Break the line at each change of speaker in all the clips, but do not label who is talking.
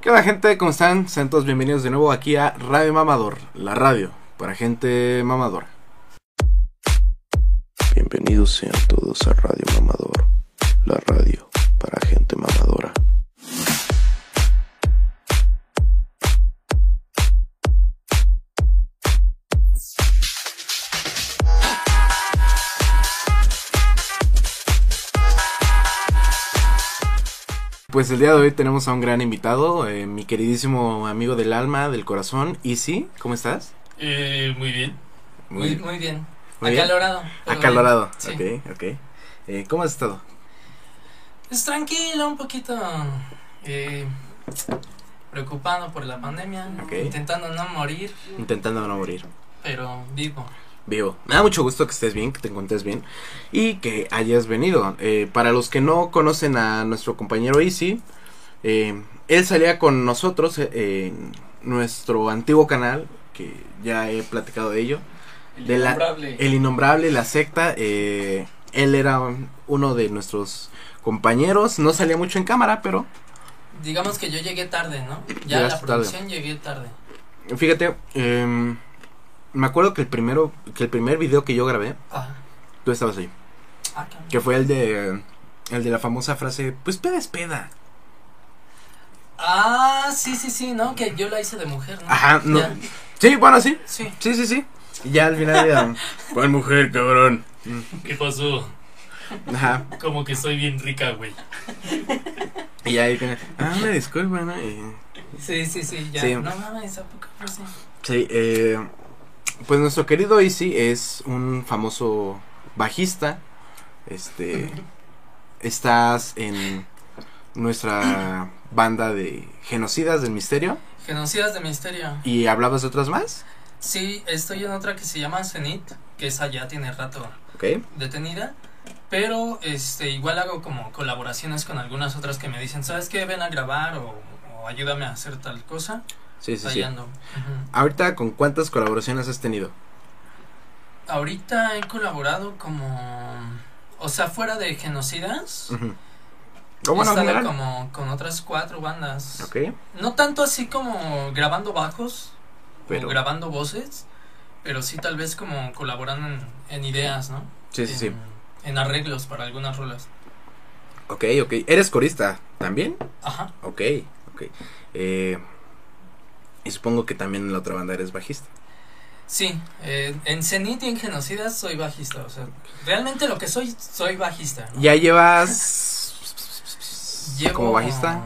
¿Qué onda gente? ¿Cómo están? Sean todos bienvenidos de nuevo aquí a Radio Mamador, la radio para gente mamadora.
Bienvenidos sean todos a Radio Mamador, la radio para gente mamadora.
Pues el día de hoy tenemos a un gran invitado, eh, mi queridísimo amigo del alma, del corazón, Easy. ¿Cómo estás?
Eh, muy bien.
Muy
Muy,
bien.
muy bien.
Muy bien.
Acalorado. pero
Acalorado.
bien, sí.
Ok, ok. Eh, ¿Cómo has estado?
Es Pues tranquilo, un poquito. Eh, preocupado por la pandemia.
Ok.
Intentando no morir,
Intentando no morir.
pero vivo.
Vivo. Me da mucho gusto que estés bien, que te encuentres bien y que hayas venido. Eh, para los que no conocen a nuestro compañero Easy, eh, él salía con nosotros eh, en nuestro antiguo canal, que ya he platicado de ello.
El
de la-
innombrable.
el innombrable, la secta. eh, él era un- uno de nuestros compañeros. No salía mucho en cámara, pero
Digamos que yo llegué tarde, ¿no? Ya a
Llegaste
la producción llegué tarde.
fíjate, em, me acuerdo que el primero, que el primer video que yo grabé,
Ah,
tú estabas ahí,
ah, cabrón.
que fue el de, el de la famosa frase, pues peda es peda.
Ah, sí, sí, sí, ¿no? Que yo la hice de mujer, ¿no?
Ajá, no.
Ya,
Sí, bueno, sí,
Sí.
sí, sí, sí. Y ya al final era, ¿cuál mujer, cabrón?
¿Qué pasó?
Ajá.
Como que soy bien rica, güey.
Y ya ahí, tiene, ah, me disculpan, ¿no? Y-
Sí, sí, sí, ya.
Sí.
No mames, ¿a poco fue así?
Sí, eh, pues nuestro querido Easy es un famoso bajista. Este, estás en nuestra banda de genocidas del misterio
Genocidas de misterio.
y hablabas de otras más,
Sí, estoy en otra que se llama Zenit, que esa ya tiene rato.
¿ok?
detenida. Pero este igual hago como colaboraciones con algunas otras que me dicen, ¿sabes qué? Ven a grabar o, o ayúdame a hacer tal cosa.
Sí, sí,
Ahí
sí.
ando. Ujú.
Ahorita, ¿con cuántas colaboraciones has tenido?
Ahorita he colaborado como... O sea, fuera de genocidas.
Ujú.
he
O bueno, en
estado
general.
como con otras cuatro bandas.
Ok,
No tanto así como grabando bajos
Pero-
o grabando voces, pero sí tal vez como colaborando en, en ideas, ¿no?
sí, sí, sí.
En- en arreglos para algunas rolas.
Ok, ok. ¿Eres corista también?
Ajá.
Ok, ok. Eh, y supongo que también en la otra banda eres bajista.
Sí, eh, en Zenit y en Genocidas soy bajista, o sea, realmente lo que soy, soy bajista. ¿no?
Ya llevas
Llevo-
como bajista,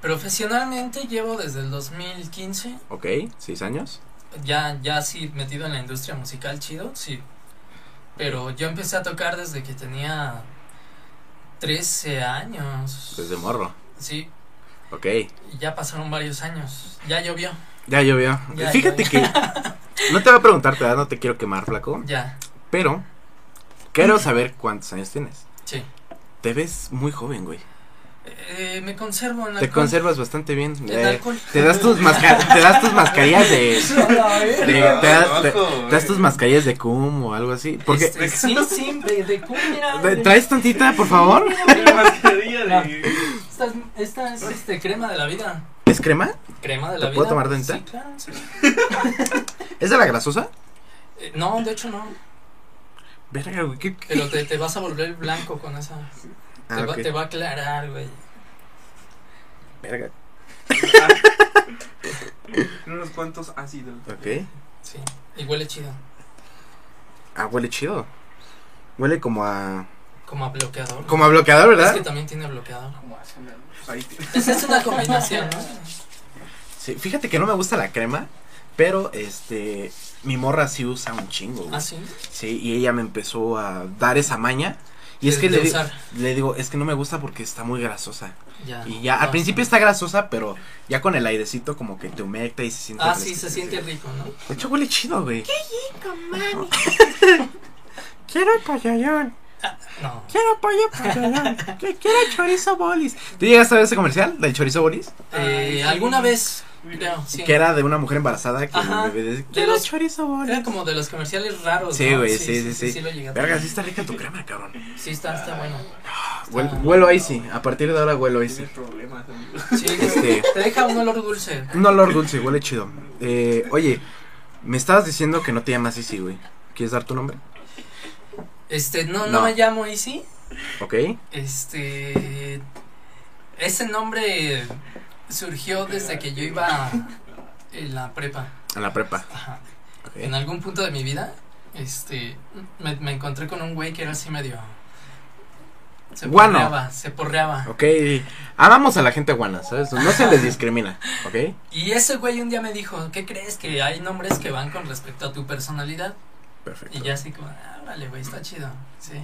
Profesionalmente llevo desde el 2015,
ok, seis años.
ya, ya sí metido en la industria musical chido, sí. Pero yo empecé a tocar desde que tenía 13 años.
Desde morro,
Sí,
ok.
y ya pasaron varios años, ya llovió,
Ya llovió.
Ya
Fíjate
llovió.
que no te voy a preguntar tu edad, no te quiero quemar, flaco.
ya,
Pero quiero saber cuántos años tienes.
sí.
Te ves muy joven, güey.
Eh, me conservo en
Te
alcohol.
conservas bastante bien.
En
eh,
alcohol.
te das tus masca- te das tus mascarillas de, de- te, das, te- te das tus mascarillas de cum o algo así. Porque
Este, sí, sí, de, de cumbia,
¿Te-
de-
traes tantita, por favor.
Esta, es- esta es este, crema de la vida.
¿Es crema?
¿Crema de
¿Te
la vida?
puedo tomar de
Sí,
entera?
claro, sí.
¿Es de la grasosa?
Eh, no, de hecho no.
Verga, güey. ¿qué- qué?
Pero te, te vas a volver blanco con esa.
Ah,
te, va,
ok.
te va a aclarar, güey.
Verga.
Unos cuantos ácidos.
Ok.
Sí. Y huele chido.
Ah, huele chido. Huele como a.
Como a bloqueador.
Como a bloqueador,
Es
¿verdad?
que también tiene bloqueador.
Como ácidos. Ahí tiene.
Esa es una combinación, ¿no?
Sí, fíjate que no me gusta la crema, pero este. Mi morra sí usa un chingo, güey.
Ah, sí.
Sí, y ella me empezó a dar esa maña. Y es
De-
que
de
le, di-
usar.
le digo, es que no me gusta porque está muy grasosa.
Ya.
Y ya, al
Ah,
principio
sí.
está grasosa, pero ya con el airecito como que te humecta y se siente.
Ah, sí,
fresquito,
se siente rico, ¿no?
De hecho, huele chido, güey. ¡Qué rico, mami! Quiero polloyón,
No.
quiero pollo polloyón, que quiero chorizo bolis. ¿Tú llegaste a ver ese comercial del chorizo bolis?
Eh, alguna vez, creo, sí.
Que era de una mujer embarazada que
Ajá.
el bebé dice,
De
quiero
los-
chorizo bolis.
Era como de los comerciales raros,
Sí,
¿no?
güey, sí, Ah, sí, sí.
lo llegué a
Verga,
tomar.
sí está rica tu crema, cabrón.
Sí, está, está bueno.
Huel- huelo ahí sí, a partir de ahora huelo ahí sí.
Tienes problemas, amigo.
Sí,
Este-
te deja un olor dulce.
Un olor dulce, huele chido. Eh, oye, me estabas diciendo que no te llamas Isi, güey. ¿Quieres dar tu nombre?
Este, no,
No.
no, me llamo Easy.
Ok.
Este. Ese nombre surgió desde que yo iba en la prepa.
A la prepa.
Ajá.
Ok.
En algún punto de mi vida, este. Me, me encontré con un güey que era así medio. Se
Guano.
porreaba, se porreaba.
Ok. Amamos a la gente guana, ¿sabes? No se les discrimina, ¿ok?
Y ese güey un día me dijo: ¿Qué crees que hay nombres que van con respecto a tu personalidad? Y
Perfecto.
ya así como, ah, vale, güey, está chido. Sí.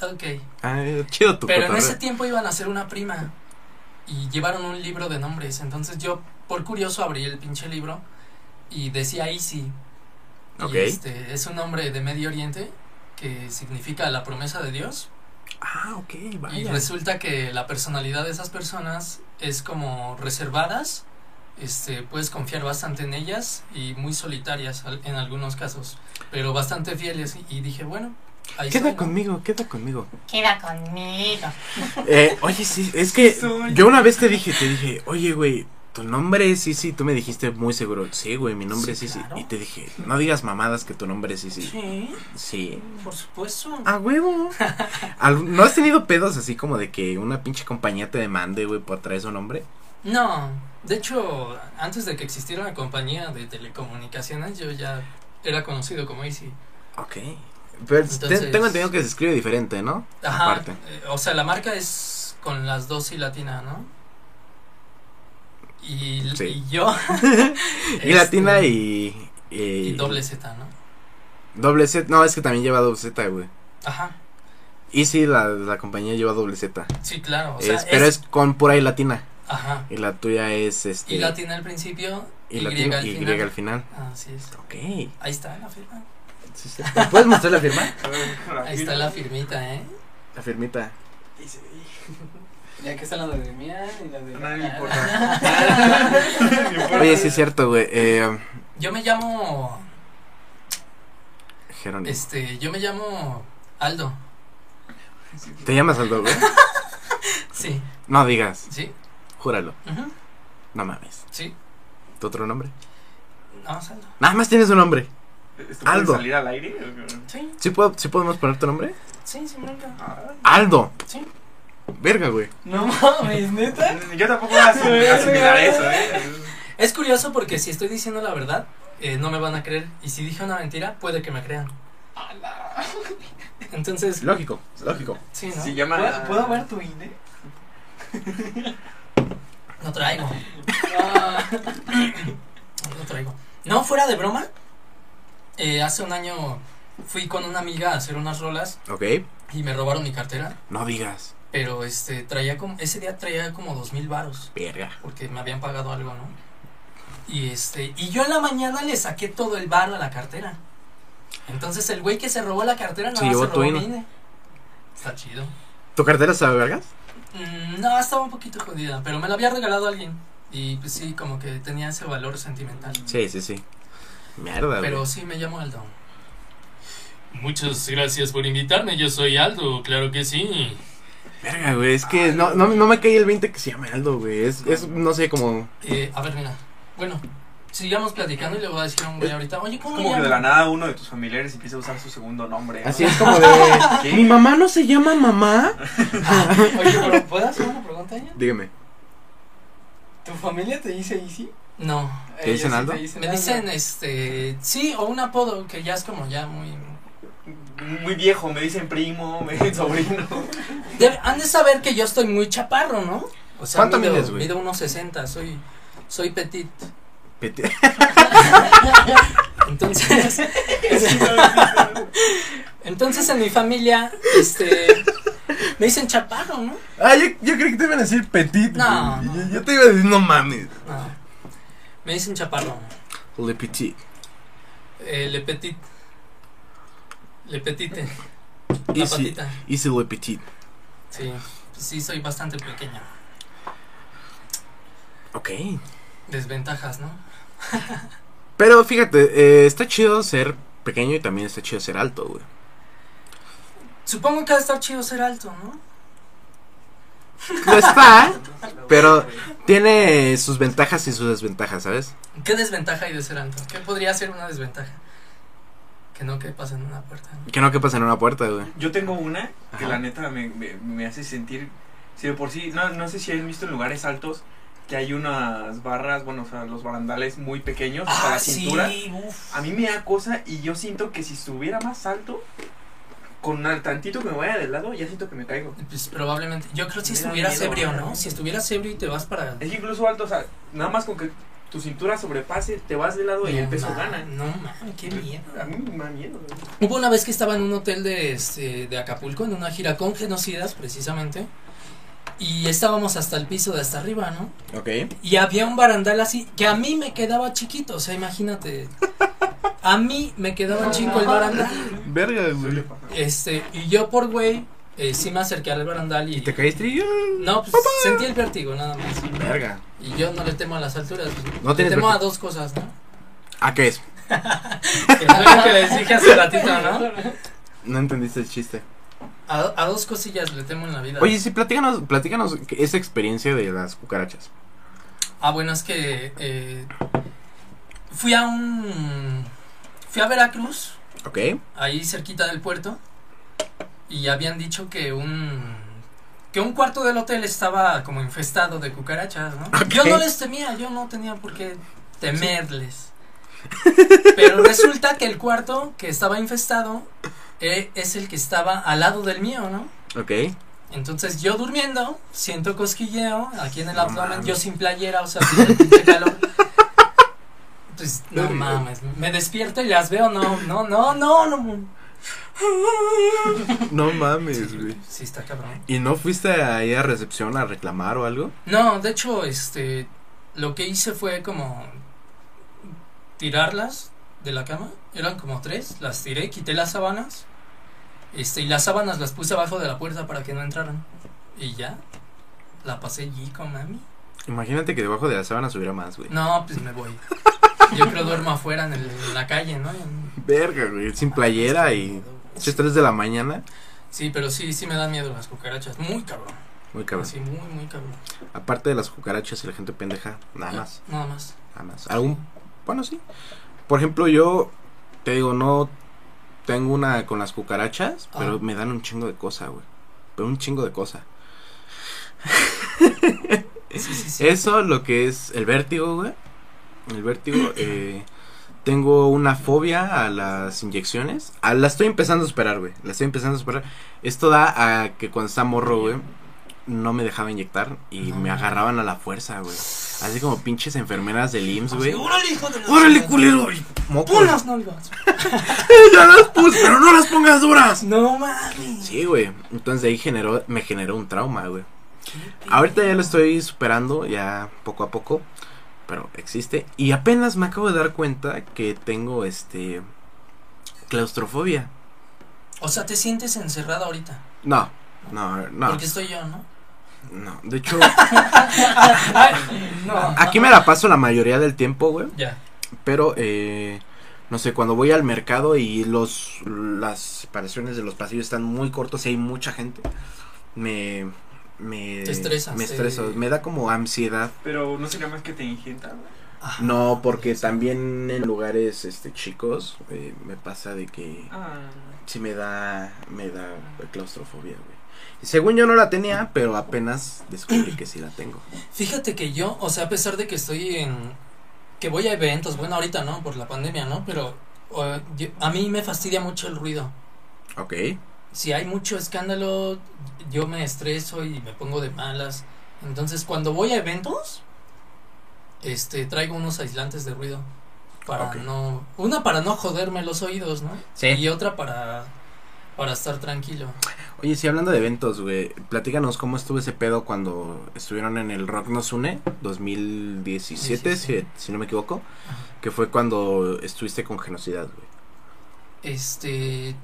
Ok.
Ah, chido tu
Pero en
cotorreo.
ese tiempo iban a hacer una prima y llevaron un libro de nombres. Entonces yo, por curioso, abrí el pinche libro y decía Easy.
Ok.
Y este, es un nombre de Medio Oriente que significa la promesa de Dios.
Ah, ok,
Y
vaya.
resulta que la personalidad de esas personas es como reservadas. Este, puedes confiar bastante en ellas y muy solitarias al- en algunos casos, pero bastante fieles. Y, y dije, bueno, ahí
Queda
estoy, ¿no?
conmigo, queda conmigo.
Queda conmigo.
Eh, oye, sí, es que
Soy-
yo una vez te dije, te dije, oye, güey, tu nombre es Isi. Tú me dijiste muy seguro, sí, güey, mi nombre
Sí,
es Isi.
claro.
Y te dije, no digas mamadas que tu nombre es Isi.
Sí,
Sí.
por supuesto.
A huevo. Al- ¿No has tenido pedos así como de que una pinche compañía te demande, güey, por traer su nombre?
No, de hecho, antes de que existiera la compañía de telecomunicaciones, yo ya era conocido como Easy.
Ok. Pero te-
Entonces-
tengo entendido que se escribe diferente, ¿no?
Ajá.
Aparte.
eh, o sea, la marca es con las dos y latina, ¿no? Y,
Sí.
y yo.
Y
este,
latina y, y.
Y doble Z, ¿no?
Doble Z. No, es que también lleva doble Z, güey.
Ajá.
Y sí, la, la compañía lleva doble Z.
Sí, claro. O sea,
Es- pero es... con pura y latina.
Ajá.
Y la tuya es este.
Y latina al principio,
Y,
y, griega
latina-
al
y
final.
griega al final.
Así es.
Ok.
Ahí está la firma.
Sí, sí. ¿Puedes mostrar la firma?
A ver, la
Ahí está la firmita, ¿eh?
La firmita.
Dice,
Ya que está la de mía y la de.
"A nadie le importa. Nadie le importa.
Oye, sí es cierto, güey. Eh,
Yo me llamo
Jerónimo.
Este, yo me llamo Aldo.
¿Te llamas Aldo, güey?
Sí,
No digas.
sí,
Júralo.
ujú,
No mames.
sí.
¿Tu otro nombre?
No, es Aldo.
Nada más tienes un nombre.
¿Esto puede
Aldo.
salir al aire?
Sí,
¿Sí, puedo- sí podemos poner tu nombre?
sí, sin bronca.
Ah,
Aldo.
Sí.
Verga, güey.
No mames, neta.
ah, Yo tampoco voy a asim- asimilar eso, ¿eh?
Es curioso porque si estoy diciendo la verdad, eh, no me van a creer. Y si dije una mentira, puede que me crean. Entonces,
Lógico, lógico.
sí, ¿no?
Se llama- ¿Puedo- puedo ver
tu INE? No traigo. Ah, no traigo. No, fuera de broma. eh, hace un año fui con una amiga a hacer unas rolas
Ok.
y me robaron mi cartera.
No digas.
Pero este traía como ese día traía como dos mil varos
Verga.
porque me habían pagado algo, ¿no? Y este y yo en la mañana le saqué todo el varo a la cartera. Entonces el güey que se robó la cartera nada
Se
más
llevó
se
tu
robó mi
INE.
INE. Está chido.
¿Tu cartera sabe vergas?
Mm, no, estaba un poquito jodida, pero me la había regalado alguien y pues sí, como que tenía ese valor sentimental.
Sí, sí, sí. Mierda, güey.
Pero sí me llamo Aldo.
Muchas gracias por invitarme. Yo soy Aldo, claro que sí.
Verga, güey. Es que no, no, no me caí el 20 que se llama Aldo, güey. Es, es, no sé, como...
Eh, a ver, mira. Bueno, sigamos platicando y le voy a decir a un güey ahorita, "Oye,
Es
¿cómo
como que
llamo?".
de la nada uno de tus familiares empieza a usar su segundo nombre. ¿no?
Así es como de...
¿Qué?
¿Mi mamá no se llama mamá?
Oye, pero ¿puedo hacer una pregunta, Ian?
Dígame.
¿Tu familia te dice Easy?
No.
¿Te dicen Aldo?
Me dicen, este, sí, o un apodo que ya es como ya muy...
Muy viejo, me dicen primo, me dicen sobrino.
Debe- han de saber que yo estoy muy chaparro, ¿no? O sea,
¿Cuánto
mido,
mides, güey?
mido unos 60, soy, soy petit.
Pete-
Entonces, entonces en mi familia, este, me dicen chaparro, ¿no?
Ah, yo, yo creí que te iban a decir petit.
No,
güey.
no.
Yo, yo te iba a decir, no mames.
No, me dicen chaparro,
Le petit.
eh, le petit, le petite, la
Easy,
patita.
easy le petit.
Sí, sí, soy bastante pequeña.
Ok.
Desventajas, ¿no?
Pero fíjate, eh, está chido ser pequeño y también está chido ser alto, güey.
Supongo que ha de estar chido ser alto, ¿no?
Lo está, pero tiene sus ventajas y sus desventajas, ¿sabes?
¿Qué desventaja hay de ser alto? ¿Qué podría ser una desventaja? Que no quepas en una puerta.
Que no quepas en una puerta, güey.
Yo tengo una que
Ajá.
la neta me, me- me hace sentir. Si de por sí, no, no sé si han visto en lugares altos que hay unas barras, bueno, o sea, los barandales muy pequeños a
Ah,
la cintura.
uf.
A mí me da cosa y yo siento que si estuviera más alto, con al tantito que me vaya del lado, ya siento que me caigo.
Pues probablemente. Yo creo que si
Me da
estuvieras
miedo,
ebrio,
me da
¿no?
miedo.
Si estuvieras ebrio y te vas para.
Es que incluso alto, o sea, nada más con que tu cintura sobrepase, te vas de lado y el peso
No, ma-
gana.
No mames, qué miedo.
A mí me da miedo. güey.
Hubo una vez que estaba en un hotel de, este, de Acapulco, en una gira con genocidas, precisamente. Y estábamos hasta el piso de hasta arriba, ¿no?
Ok.
Y había un barandal así que a mí me quedaba chiquito, o sea, imagínate. A mí me quedaba chico el barandal.
Verga, güey.
Este, y yo por güey, eh, sí me acerqué al barandal y.
¿Y te caíste? Y yo-
No, pues sentí el vértigo nada más.
Verga.
Y yo no le temo a las alturas. pues,
No
le
tienes
temo a
vértigo.
dos cosas, ¿no?
¿A Ah, qué es?
Que es lo que les dije hace ratito, ¿no?
No entendiste el chiste.
A, a dos cosillas le temo en la vida.
Oye, sí, platícanos, platícanos esa experiencia de las cucarachas.
Ah, bueno, es que eh, fui a un... Fui a Veracruz,
Ok.
ahí cerquita del puerto, y habían dicho que un... Que un cuarto del hotel estaba como infestado de cucarachas, ¿no? Yo no les temía, yo no tenía por qué temerles. Pero resulta que el cuarto que estaba infestado eh, es el que estaba al lado del mío, ¿no?
Ok.
Entonces yo durmiendo, siento cosquilleo aquí en el
No
abdomen,
mames.
yo sin playera, o sea, con el pinche calor. Pues no mames, me despierto y las veo, no, no, no, no, no.
No mames, güey.
Sí, está cabrón.
¿Y no fuiste ahí a recepción a reclamar o algo?
No, de hecho, este, lo que hice fue como tirarlas de la cama, eran como tres, las tiré, quité las sábanas, este, y las sábanas las puse abajo de la puerta para que no entraran. Y ya, la pasé allí con mami.
Imagínate que debajo de la sábana subiera más, güey.
No, pues me voy. Yo creo duermo afuera en, el- en la calle, ¿no? En-
Verga, güey. Sin playera y. Che, 3 de la mañana.
Sí, pero sí, sí me dan miedo las cucarachas. Muy cabrón.
Muy cabrón.
Sí, muy, muy cabrón. Ah.
Aparte de las cucarachas y la gente pendeja, nada
Ya,
más.
Nada más.
Nada más. Algún. Bueno, sí. Por ejemplo, yo. Te digo, no. Tengo una con las cucarachas. Pero
Ajá.
me dan un chingo de cosa, güey. Pero un chingo de cosa.
Sí, sí, sí.
Eso, lo que es el vértigo, güey. El vértigo. eh, tengo una fobia a las inyecciones. Ah, la estoy empezando a superar, güey. La estoy empezando a superar. Esto da a que cuando estaba morro, güey. No me dejaba inyectar y
No.
me agarraban a la fuerza, güey. Así como pinches enfermeras del IMSS, güey.
¡Órale, hijo de la
¡Órale,
chingada!
culero! Y mocos.
¡Pon las nalgas!
¡Ya las puse, pero no las pongas duras!
¡No mames!
Sí, güey. Entonces de ahí generó, me generó un trauma, güey.
Qué pedo.
Ahorita ya lo estoy superando, ya poco a poco, pero existe. Y apenas me acabo de dar cuenta que tengo este claustrofobia.
O sea, te sientes encerrada ahorita.
No, no, no,
Porque estoy yo, ¿no?
no. De hecho,
No.
aquí me la paso la mayoría del tiempo, güey.
Ya.
Pero, eh, no sé, cuando voy al mercado y los las separaciones de los pasillos están muy cortos y hay mucha gente, me me
Te estresas,
me
te-
estreso, me da como ansiedad.
Pero no sería más que te ingenta, güey.
Ajá.
No, porque también en lugares este chicos eh, me pasa de que
Ah.
sí me da me da claustrofobia, güey. Y Según yo no la tenía, pero apenas descubrí que sí la tengo.
Fíjate que yo, o sea, a pesar de que estoy en... Que voy a eventos, bueno, ahorita no, por la pandemia, ¿no? Pero eh, yo- a mí me fastidia mucho el ruido.
Ok.
si hay mucho escándalo, yo me estreso y me pongo de malas. Entonces, cuando voy a eventos, este, traigo unos aislantes de ruido para
Ok.
no, una para no joderme los oídos, ¿no? Y otra para para estar tranquilo.
Oye, sí, hablando de eventos, güey, platícanos cómo estuvo ese pedo cuando estuvieron en el Rock Nos Une 2017, si,
Diecisiete.
si no me equivoco, que fue cuando estuviste con Genocidad, güey.
Este,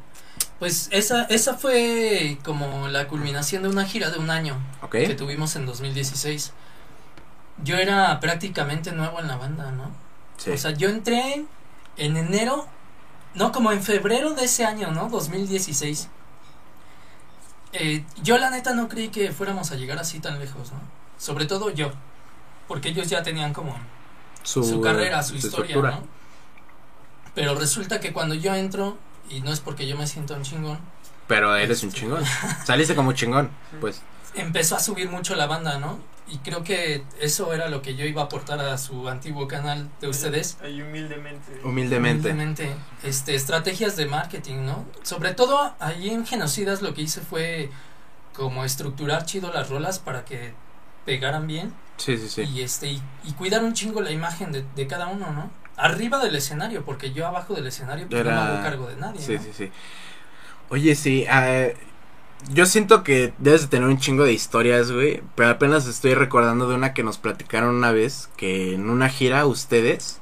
pues esa esa fue como la culminación de una gira de un año
¿Ok?
que tuvimos en 2016. Yo era prácticamente nuevo en la banda, ¿no?
Sí.
O sea, yo entré en enero, no, como en febrero de ese año, ¿no? 2016. eh, yo la neta no creí que fuéramos a llegar así tan lejos, ¿no? Sobre todo yo, porque ellos ya tenían como su, carrera, su, historia,
estructura.
¿no? Pero resulta que cuando yo entro, y no es porque yo me sienta un chingón,
Pero eres
Este.
un chingón. Saliste como chingón. Pues
empezó a subir mucho la banda, ¿no? Y creo que eso era lo que yo iba a aportar a su antiguo canal de ustedes.
Ahí humildemente.
humildemente.
Humildemente, Este, estrategias de marketing, ¿no? Sobre todo ahí en Genocidas lo que hice fue como estructurar chido las rolas para que pegaran bien
Sí, sí, sí.
y este y, y cuidar un chingo la imagen de, de cada uno, ¿no? Arriba del escenario, porque yo abajo del escenario pues, no
Era-
me hago cargo de nadie.
Sí,
¿no?
sí, sí. Oye, sí. ah, yo siento que debes de tener un chingo de historias, güey. Pero apenas estoy recordando de una que nos platicaron una vez. Que en una gira ustedes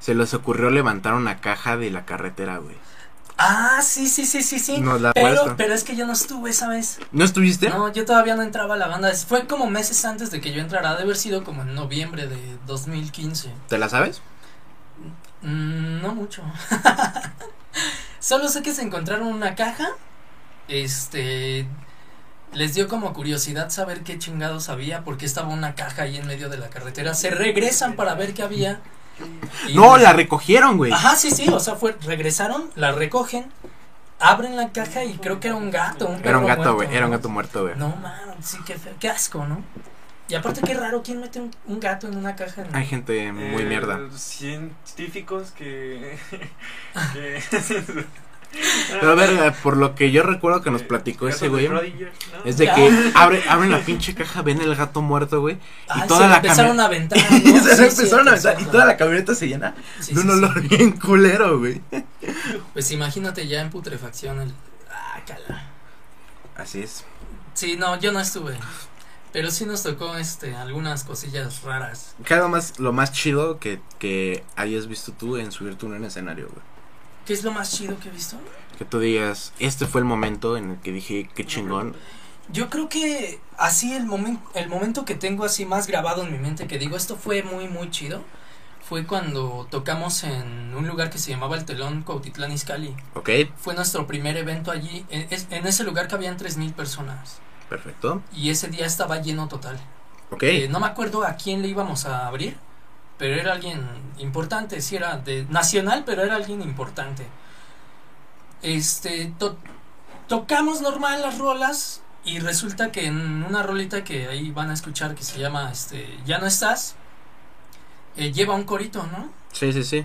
se les ocurrió levantar una caja de la carretera, güey.
Ah, sí, sí, sí, sí, sí.
Nos la
pero,
muestran.
pero es que yo no estuve esa vez.
¿No estuviste?
No, yo todavía no entraba a la banda. Es- Fue como meses antes de que yo entrara. Ha de haber sido como en noviembre de 2015.
¿Te la sabes?
Mm, no mucho. Solo sé que se encontraron una caja. Este. Les dio como curiosidad saber qué chingados había, porque estaba una caja ahí en medio de la carretera. Se regresan para ver qué había. y-
No, la recogieron, güey.
Ajá, sí, sí, o sea, fue, regresaron, la recogen, abren la caja y creo que era un gato. Un
Era un
perro
gato,
muerto,
güey. Era un
¿no?
gato muerto, güey.
No, man, sí, qué, feo, qué asco, ¿no? Y aparte, qué raro, ¿quién mete un, un gato en una caja? en-
Hay gente muy
Eh,
mierda.
Científicos que. que
Pero a ver, eh, por lo que yo recuerdo que nos platicó
Gatos
ese
de
güey.
Schrödinger, ¿no?
Es de
Ya.
que abre, abren la pinche caja, ven el gato muerto, güey.
Ah,
toda
se
la
empezaron
camioneta-
a aventar. ¿no?
Y se
Sí,
la
sí,
empezaron a
empezó,
besar y
ajá.
toda la camioneta se llena
Sí,
de un
sí, sí.
olor bien culero, güey.
Pues imagínate ya en putrefacción el. Ah, cala.
Así es.
Sí, no, yo no estuve. Pero sí nos tocó este algunas cosillas raras.
¿Qué es lo más, lo más chido que, que hayas visto tú en subirte a un escenario, güey?
¿Qué es lo más chido que he visto?
Que tú digas, este fue el momento en el que dije, qué chingón.
Yo creo que así el momento el momento que tengo así más grabado en mi mente que digo esto fue muy muy chido fue cuando tocamos en un lugar que se llamaba El Telón Cuautitlán Izcalli.
Ok,
Fue nuestro primer evento allí en, es- en ese lugar cabían 3000 personas
perfecto.
y ese día estaba lleno total.
Ok,
Eh, no me acuerdo a quién le íbamos a abrir, pero era alguien importante, sí era de nacional, pero era alguien importante. Este to- tocamos normal las rolas y resulta que en una rolita que ahí van a escuchar que se llama este Ya no estás eh, lleva un corito, ¿no?
sí, sí, sí.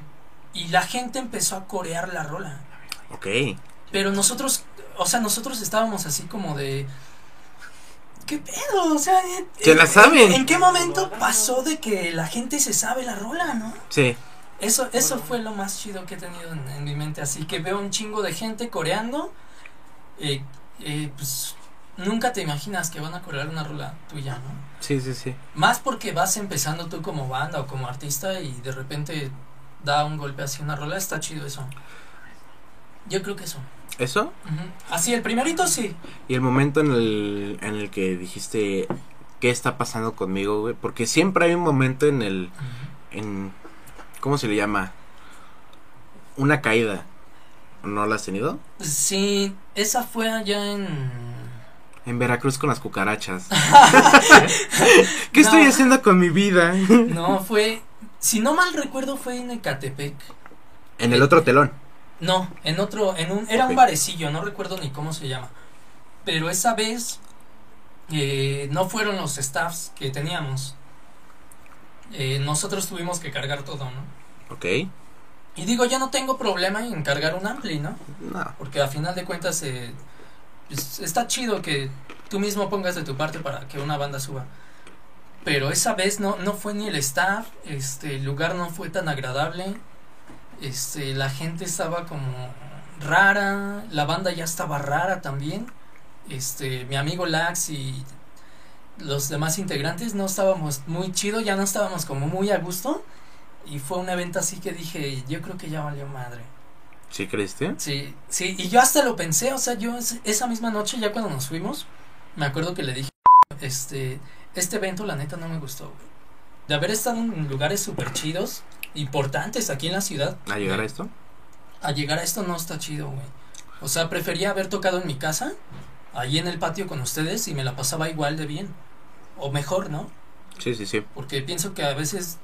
Y la gente empezó a corear la rola.
Ok,
Pero nosotros, o sea, nosotros estábamos así como de. ¿Qué pedo? O sea, eh,
Se la
eh,
saben.
¿En qué momento pasó de que la gente se sabe la rola, no?
sí.
Eso, eso fue lo más chido que he tenido en, en mi mente. Así que veo un chingo de gente coreando. eh, eh, pues nunca te imaginas que van a corear una rola tuya, ¿no?
Sí, sí, sí.
Más porque vas empezando tú como banda o como artista y de repente da un golpe así una rola. Está chido eso. Yo creo que eso.
¿Eso?
Ujú. Así, el primerito sí.
Y el momento en el, en el que dijiste, ¿qué está pasando conmigo, güey? Porque siempre hay un momento en el... En, ¿Cómo se le llama? Una caída. ¿No la has tenido?
Sí, esa fue allá en...
En Veracruz con las cucarachas. ¿Qué estoy
No.
haciendo con mi vida? en
No, fue... Si no mal recuerdo fue en Ecatepec.
el otro telón.
No, en otro... En un, era un
Ok.
barecillo, no recuerdo ni cómo se llama. Pero esa vez eh, no fueron los staffs que teníamos. Eh, nosotros tuvimos que cargar todo, ¿no?
Ok.
Y digo, yo no tengo problema en cargar un ampli, ¿no?
No.
Porque a final de cuentas eh, pues, está chido que tú mismo pongas de tu parte para que una banda suba. Pero esa vez no, no fue ni el staff, este, el lugar no fue tan agradable, este, la gente estaba como rara, la banda ya estaba rara también, este, mi amigo Lax y los demás integrantes no estábamos muy chido, ya no estábamos como muy a gusto y fue un evento así que dije, yo creo que ya valió madre.
¿Sí creíste?
Sí, sí, y yo hasta lo pensé, o sea, yo es- esa misma noche, ya cuando nos fuimos, me acuerdo que le dije, este, este evento la neta no me gustó, güey. De haber estado en lugares súper chidos, importantes aquí en la ciudad,
¿A llegar a esto?
a llegar a esto no está chido, güey. O sea, prefería haber tocado en mi casa ahí en el patio con ustedes y me la pasaba igual de bien. O mejor, ¿no?
Sí, sí, sí.
Porque pienso que a veces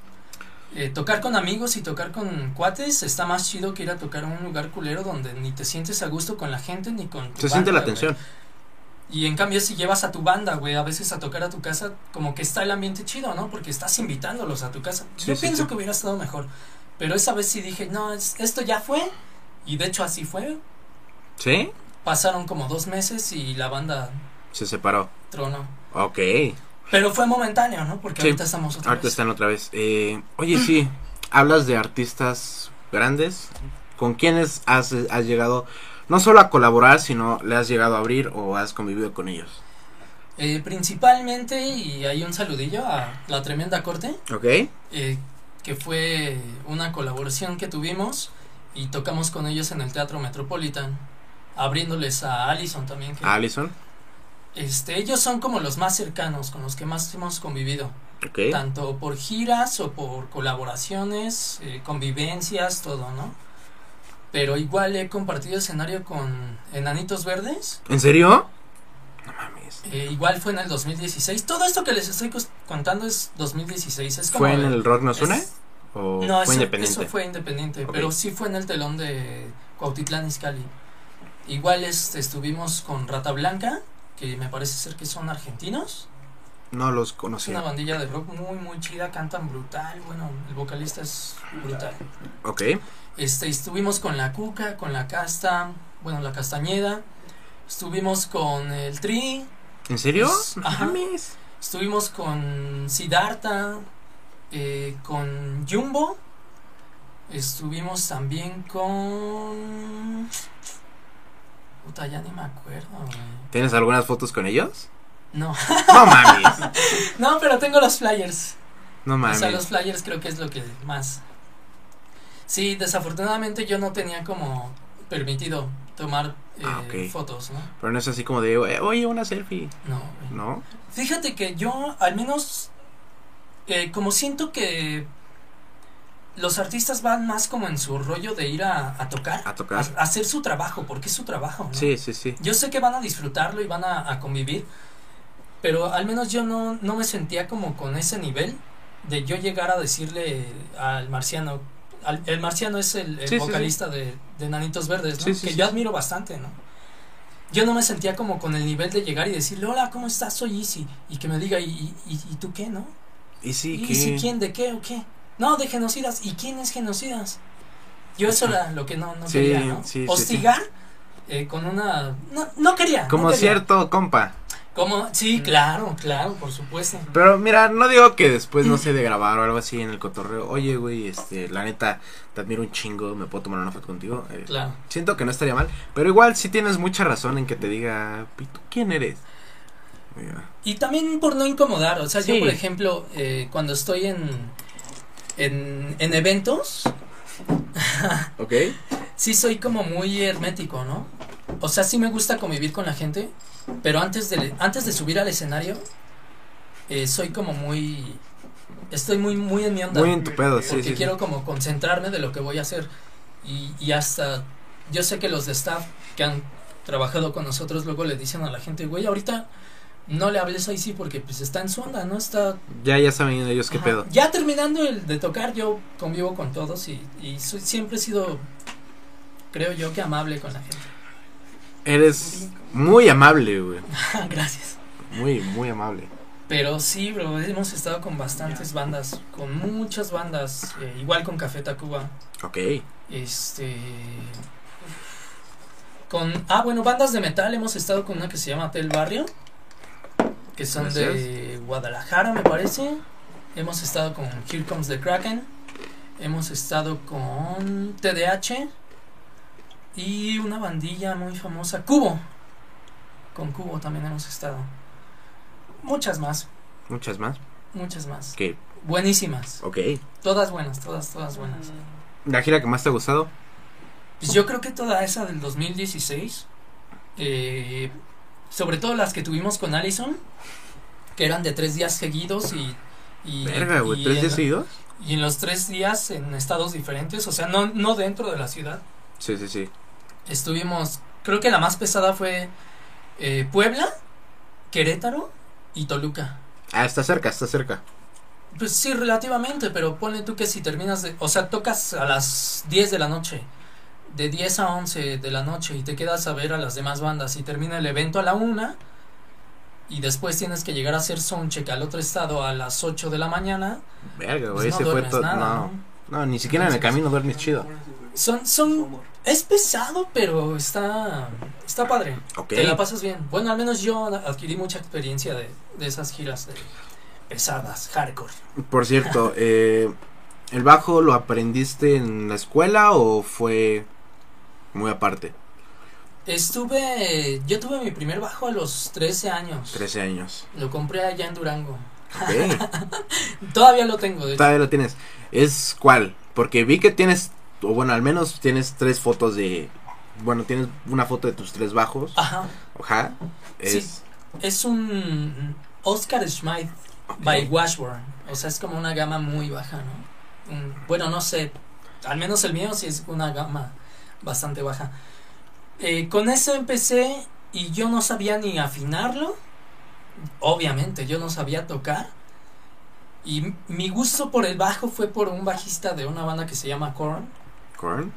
eh, tocar con amigos y tocar con cuates está más chido que ir a tocar a un lugar culero donde ni te sientes a gusto con la gente ni con... tu
Se siente la
banda, güey.
tensión.
Y en cambio si llevas a tu banda, güey, a veces a tocar a tu casa, como que está el ambiente chido, ¿no? Porque estás invitándolos a tu casa.
Sí,
Yo
sí,
pienso
sí.
que hubiera estado mejor. Pero esa vez sí dije, no, es- esto ya fue. Y de hecho así fue.
¿Sí?
Pasaron como dos meses y la banda
Se separó.
tronó.
Ok.
Pero fue momentáneo, ¿no? Porque
Sí.
ahorita estamos otra
Ahorita
vez.
están otra vez. Eh, oye, sí. Hablas de artistas grandes. ¿Con quiénes has, has llegado no solo a colaborar, sino le has llegado a abrir o has convivido con ellos?
Eh, principalmente, y hay un saludillo a La Tremenda Corte,
¿Ok?
eh, que fue una colaboración que tuvimos y tocamos con ellos en el Teatro Metropolitan, abriéndoles a Allison también. Que,
Allison.
este, ellos son como los más cercanos, con los que más hemos convivido,
Ok.
tanto por giras o por colaboraciones, eh, convivencias, todo, ¿no? Pero igual he compartido escenario con Enanitos Verdes.
¿En serio? No mames.
Eh, igual fue en el 2016. Todo esto que les estoy cos- contando es 2016. Es como
¿Fue en el Rock Nos
es-
Une? ¿O
No,
fue
eso,
independiente?
eso fue independiente,
Ok.
pero sí fue en el telón de Cuautitlán Izcalli. Igual este, estuvimos con Rata Blanca, que me parece ser que son argentinos.
No los
Es
conocí.
una bandilla de rock muy, muy chida, cantan brutal. Bueno, el vocalista es brutal.
Ok.
Este, estuvimos con la Cuca, con la Casta, bueno, la Castañeda. Estuvimos con el Tri,
¿En serio?
Es-
No
ajá.
mames.
Estuvimos con Siddhartha, eh, con Jumbo. Estuvimos también con. Puta, ya ni me acuerdo, güey.
¿Tienes algunas fotos con ellos?
No,
No mames.
no, pero tengo los flyers.
No
O sea, los
mames.
flyers creo que es lo que más. Sí, desafortunadamente yo no tenía como permitido tomar eh,
Ah, ok.
fotos, ¿no?
Pero no es así como de, "Eh, oye, una selfie.
No, güey.
¿No?
Fíjate que yo, al menos, eh, como siento que los artistas van más como en su rollo de ir a, a tocar,
A tocar.
a- a hacer su trabajo, porque es su trabajo. ¿no?
Ah, Sí, sí, sí.
Yo sé que van a disfrutarlo y van a, a convivir, pero al menos yo no, no me sentía como con ese nivel de yo llegar a decirle al marciano. al- el marciano es el, el
Sí, sí, sí.
vocalista De, de Nanitos Verdes, ¿no?
Sí, sí,
que
sí,
yo
sí.
admiro bastante, ¿no? Yo no me sentía como con el nivel de llegar y decirle, hola, ¿cómo estás? Soy Easy. Y que me diga, ¿y, y, y- y tú qué, no?
¿Y sí
¿Y
que
si quién, de qué o qué? No, de genocidas. ¿Y quién es genocidas? Yo eso era lo que no, no
Sí,
quería, ¿no?
sí, sí, sí.
Hostigar eh, con una... No, no quería. no
Como
quería.
cierto, compa.
Como, sí, claro, claro, por supuesto.
Pero mira, no digo que después, no sé, de grabar o algo así en el cotorreo. Oye, güey, este, la neta, te admiro un chingo. ¿Me puedo tomar una foto contigo? Eh,
Claro.
Siento que no estaría mal. Pero igual sí tienes mucha razón en que te diga, ¿y tú quién eres? Mira.
Y también por no incomodar, o sea,
Sí.
yo por ejemplo, eh, cuando estoy en, en, en eventos,
¿Ok?
sí soy como muy hermético, ¿no? O sea, sí me gusta convivir con la gente, pero antes de, antes de subir al escenario, eh, soy como muy... Estoy muy, muy en mi onda.
Muy en tu pedo, sí,
porque
sí, sí.
quiero como concentrarme de lo que voy a hacer y, y hasta yo sé que los de staff que han trabajado con nosotros luego le dicen a la gente güey ahorita no le hables ahí sí porque pues está en su onda no está
Ya, ya saben ellos qué
Ajá.
pedo.
ya terminando el de tocar yo convivo con todos y, y soy- siempre he sido creo yo que amable con la gente
Eres muy amable, güey.
Ah, gracias
Muy, muy amable.
pero sí bro hemos estado con bastantes bandas con muchas bandas eh, igual con Café Tacuba
Ok.
Este. Con. Ah, bueno, bandas de metal. Hemos estado con una que se llama Tel Barrio. Que son de Guadalajara, me parece. Hemos estado con Here Comes the Kraken. Hemos estado con TDH. Y una bandilla muy famosa, Cubo. Con Cubo también hemos estado. Muchas más,
Muchas más.
muchas más.
Ok.
Buenísimas.
Ok.
Todas buenas, todas, todas buenas.
¿La gira que más te ha gustado?
Pues yo creo que toda esa del 2016, eh, sobre todo las que tuvimos con Allison, que eran de tres días seguidos y... y
Verga, güey.
y
¿Tres
en-
días seguidos?
Y en los tres días en estados diferentes, o sea, no, no dentro de la ciudad.
Sí, sí, sí.
Estuvimos, creo que la más pesada fue eh, Puebla, Querétaro y Toluca.
Ah, está cerca, está cerca.
Pues sí, relativamente, pero pone tú que si terminas de... O sea, tocas a las 10 de la noche, de 10 a 11 de la noche y te quedas a ver a las demás bandas y termina el evento a la 1 y después tienes que llegar a hacer soundcheck al otro estado a las 8 de la mañana.
Verga,
Pues
güey,
no
ese fue
duermes
todo.
nada,
No.
¿no?
no, ni siquiera en el camino duermes chido.
Son, son... Es pesado, pero está... Está padre.
Ok.
Te la pasas bien. Bueno, al menos yo adquirí mucha experiencia de, de esas giras de pesadas, hardcore.
Por cierto, eh, ¿el bajo lo aprendiste en la escuela o fue muy aparte?
Estuve... Yo tuve mi primer bajo a los 13 años.
13 años.
Lo compré allá en Durango.
Ok.
Todavía lo tengo, de hecho.
Todavía lo tienes. ¿Es cuál? Porque vi que tienes, o bueno, al menos tienes tres fotos de... Bueno, tienes una foto de tus tres bajos.
Ajá.
Ajá.
Sí.
Es,
Es un Oscar Schmidt
ok.
by Washburn. O sea, es como una gama muy baja, ¿no? Mm, Bueno, no sé. Al menos el mío sí es una gama bastante baja. Eh, con eso empecé y yo no sabía ni afinarlo. Obviamente, yo no sabía tocar. Y m- mi gusto por el bajo fue por un bajista de una banda que se llama Korn.
Korn.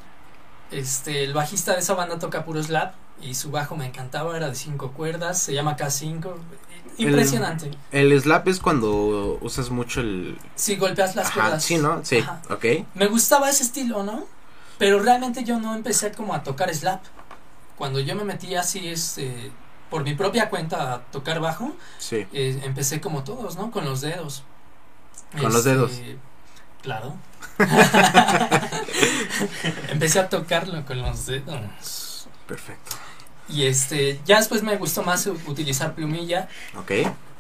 Este, el bajista de esa banda toca puro slap y su bajo me encantaba, era de cinco cuerdas, se llama K5.
El-
Impresionante.
El slap es cuando usas mucho el...
Si golpeas las
Ajá,
cuerdas.
sí, ¿no? Sí,
Ajá.
ok.
Me gustaba ese estilo, ¿no? Pero realmente yo no empecé como a tocar slap. Cuando yo me metí así, este, por mi propia cuenta a tocar bajo,
Sí.
eh, empecé como todos, ¿no? Con los dedos. Este,
Con los dedos.
Claro. empecé a tocarlo con los dedos.
Perfecto.
Y este, ya después me gustó más u- utilizar plumilla.
Ok.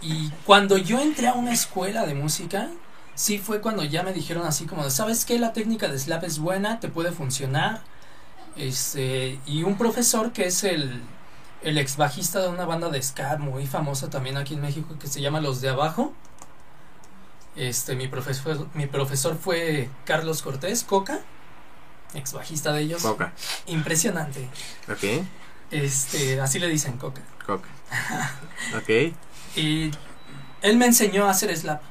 Y cuando yo entré a una escuela de música, sí fue cuando ya me dijeron así como, de, ¿sabes qué? La técnica de slap es buena, te puede funcionar. Este, y un profesor que es el, el ex bajista de una banda de ska muy famosa también aquí en México que se llama Los de Abajo. Este, mi profesor, mi profesor fue Carlos Cortés Coca, ex bajista de ellos.
Coca.
Impresionante.
Ok.
Este, así le dicen Coca.
Coca. Ok.
Y él me enseñó a hacer slap.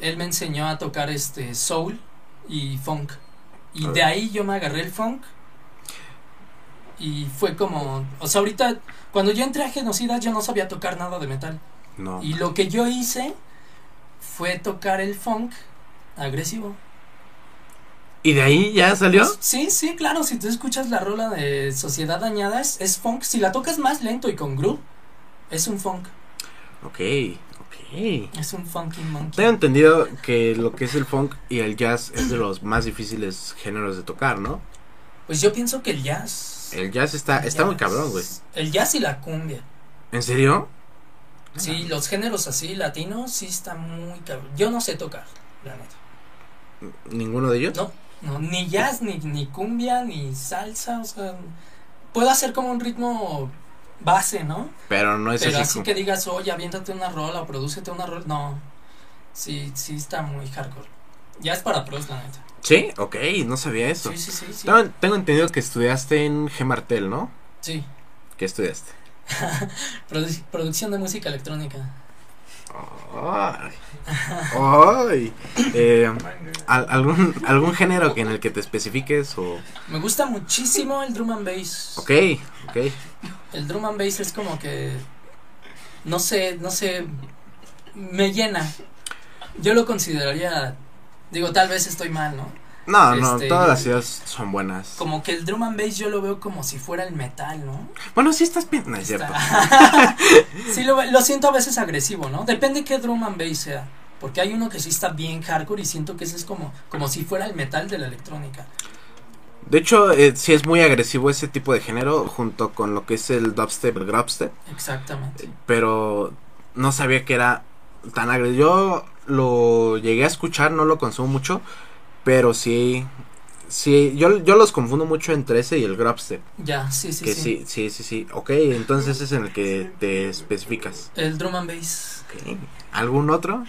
Él me enseñó a tocar este soul y funk. Y de ahí yo me agarré el funk. Y fue como, o sea, ahorita cuando yo entré a Genocida yo no sabía tocar nada de metal.
No.
Y lo que yo hice fue tocar el funk agresivo.
¿Y de ahí ya salió?
Sí, sí, claro, si tú escuchas la rola de Sociedad Dañada es, es funk. Si la tocas más lento y con groove, es un funk.
Ok, ok.
Es un funky monkey.
Tengo entendido que lo que es el funk y el jazz es de los más difíciles géneros de tocar, ¿no?
Pues yo pienso que el jazz.
El jazz está, está muy
jazz-
cabrón, güey.
El jazz y la cumbia.
¿En serio?
Sí, los géneros así latinos sí está muy cabrón. Yo no sé tocar, la neta.
¿Ninguno de ellos?
No, no, ni jazz, ni, ni cumbia, ni salsa, o sea, puedo hacer como un ritmo base, ¿no?
Pero no es
Pero
así.
así
como-
que digas, oye, aviéntate una rola o prodúcete una rola. No, sí, sí está muy hardcore. Ya es para pros, la neta.
Sí, ok, no sabía eso.
Sí, sí, sí, sí.
Tengo, tengo entendido que estudiaste en G. Martel, ¿no?
Sí,
¿Qué estudiaste?
produ- producción de música electrónica.
Ay. Ay. Eh, al- algún, ¿Algún género que en el que te especifiques o...?
Me gusta muchísimo el drum and bass.
Ok, ok.
El drum and bass es como que no sé, no sé me llena. Yo lo consideraría digo, tal vez estoy mal, ¿no?
No, no,
Este-
todas las ideas son buenas.
Como que el drum and bass yo lo veo como si fuera el metal, ¿no?
Bueno, sí estás bien. No es cierto.
Está- sí lo, ve- lo siento a veces agresivo, ¿no? Depende qué drum and bass sea, porque hay uno que sí está bien hardcore y siento que ese es como como si fuera el metal de la electrónica.
De hecho, eh, sí es muy agresivo ese tipo de género junto con lo que es el dubstep, el grubstep,
Exactamente.
pero no sabía que era tan agresivo. Yo lo llegué a escuchar, no lo consumo mucho, pero sí, sí, yo, yo los confundo mucho entre ese y el grubstep,
Ya, sí, sí,
que
sí.
sí, sí, sí, sí. Ok, entonces es en el que te especificas.
El drum and bass.
Ok. ¿Algún otro?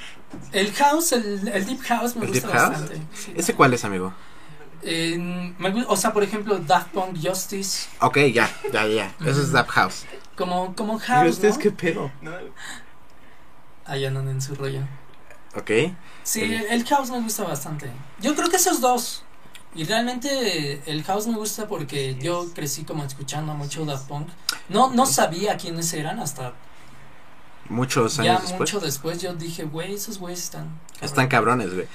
El house, el, el deep house me
¿El
gusta
deep house?
bastante. Sí.
¿Ese cuál es, amigo?
Eh, me gu- o sea, por ejemplo, Daft Punk Justice,
Ok, ya, ya, ya. Eso es Dap House.
como, como
¿Y
House,
ustedes
¿no?
qué pedo?
No,
Ahí andan en su rollo.
Ok.
Sí,
El-
el house me gusta bastante. Yo creo que esos dos. Y realmente el house me gusta porque yo crecí como escuchando mucho Daft Punk. No, no sabía quiénes eran hasta
Muchos
ya
años después.
mucho después. Yo dije, güey, esos güeyes están. cabrón".
Están cabrones, güey.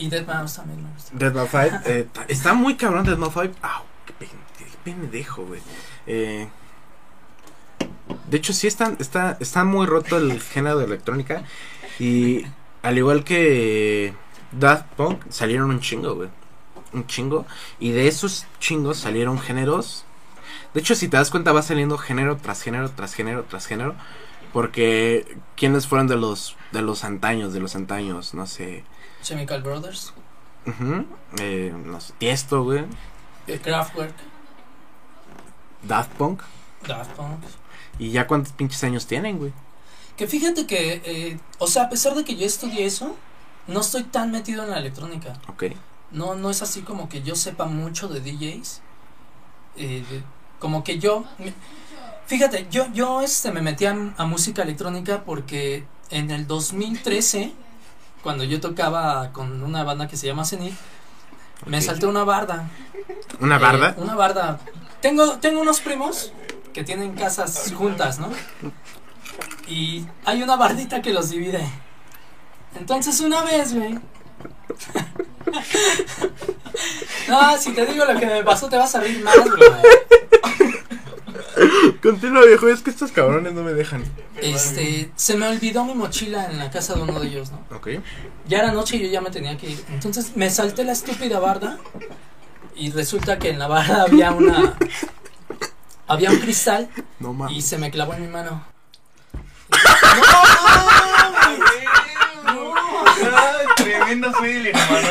Y Dead Mouse también me gusta.
Dead Mouse 5. eh, ta- está muy cabrón Dead Mouse 5. Au, qué, pen- qué pendejo, güey. Eh, de hecho, sí están, está, está muy roto el género de electrónica. Y al igual que Daft Punk, salieron un chingo, güey. Un chingo. Y de esos chingos salieron géneros. De hecho, si te das cuenta, va saliendo género tras género, tras género, tras género. Porque, ¿quiénes fueron de los, de los antaños, de los antaños? No sé.
Chemical Brothers,
Ujú, eh, no sé, Tiesto, güey.
eh, Kraftwerk,
Daft Punk.
Daft Punk.
¿Y ya cuántos pinches años tienen, güey?
Que fíjate que, eh, o sea, a pesar de que yo estudié eso, no estoy tan metido en la electrónica.
Ok.
No, no es así como que yo sepa mucho de DJs. Eh, de- como que yo. me- Fíjate, yo, yo este, me metí a, a música electrónica porque en el 2013, cuando yo tocaba con una banda que se llama Zenith, me
Ok.
salté una barda.
¿Una
Eh,
barda?
una barda. Tengo, tengo unos primos que tienen casas juntas, ¿no? Y hay una bardita que los divide. Entonces una vez, güey. no, si te digo lo que me pasó te vas a reír más, güey.
Continúa, viejo, es que estos cabrones no me dejan.
Este, se me olvidó mi mochila en la casa de uno de ellos, ¿no?
Ok.
Ya era noche y yo ya me tenía que ir. Entonces me salté la estúpida barda y resulta que en la barda había una había un cristal
No
Y
mames.
se me clavó en mi mano.
Ay, Tremendo fail, hermano.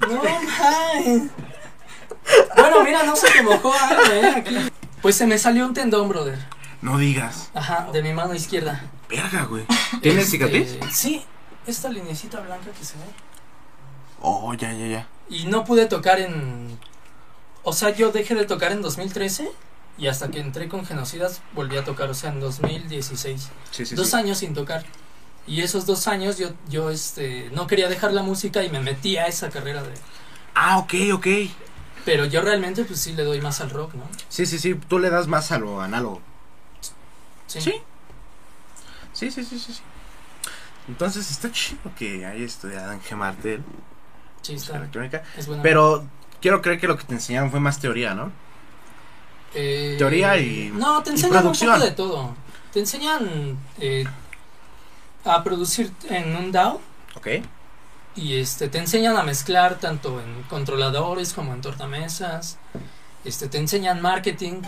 No, man. Bueno, mira, no se te mojó algo, eh. aquí. Pues se me salió un tendón, brother.
No digas.
Ajá, de mi mano izquierda.
Verga, güey. ¿Tienes
Este,
cicatriz?
Sí, esta linecita blanca que se ve.
Oh, ya, ya, ya.
Y no pude tocar en. O sea, yo dejé de tocar en 2013 y hasta que entré con Genocidas volví a tocar, o sea, en 2016.
Sí, sí,
dos años sin tocar. Y esos dos años yo, yo este, no quería dejar la música y me metí a esa carrera de,
Ah, ok, ok.
Pero yo realmente, pues sí le doy más al rock, ¿no?
Sí, sí, sí. Tú le das más a lo análogo. Sí. Sí, sí, sí, sí. sí. Entonces está chido que haya estudiado en Gemartel,
Sí, está.
pues, electrónica.
Es bueno.
Pero quiero creer que lo que te enseñaron fue más teoría, ¿no?
Eh,
teoría y-
No, te
y
enseñan un poco
producción.
de todo. Te enseñan eh, a producir en un DAO
Ok.
y este, te enseñan a mezclar tanto en controladores como en tortamesas. Este, te enseñan marketing,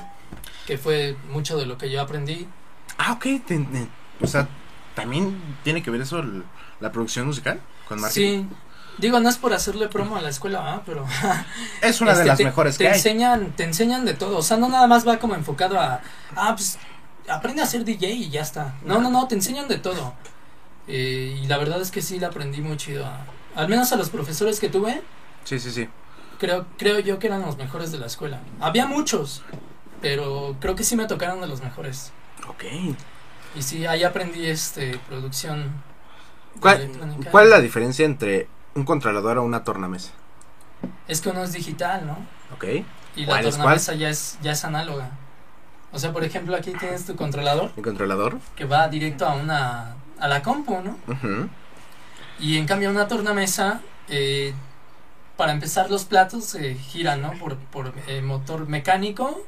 que fue mucho de lo que yo aprendí.
Ah, ok. te- te- o sea, también tiene que ver eso el- la producción musical con marketing.
Sí. Digo, no es por hacerle promo a la escuela, ¿ah? pero
Es una de
Este,
las
te-
mejores
te
que hay.
enseñan, te enseñan de todo, o sea, no nada más va como enfocado a, ah, pues, aprende a ser DJ y ya está. No, no, no, te enseñan de todo. Eh, y la verdad es que sí, la aprendí muy chido. a- al menos a los profesores que tuve,
Sí, sí, sí.
creo, creo yo que eran los mejores de la escuela. Había muchos, pero creo que sí me tocaron de los mejores.
Ok.
Y sí, ahí aprendí este producción.
¿Cuál,
electrónica.
cuál es la diferencia entre un controlador o una tornamesa?
Es que uno es digital, ¿no?
Ok.
Y la
¿Cuál es
tornamesa ya es, ya es análoga. O sea, por ejemplo, aquí tienes tu controlador.
¿Un controlador?
que va directo a una a la compu, ¿no?
Ujú.
Y en cambio una tornamesa, eh, para empezar los platos se giran, ¿no? Por, por eh, motor mecánico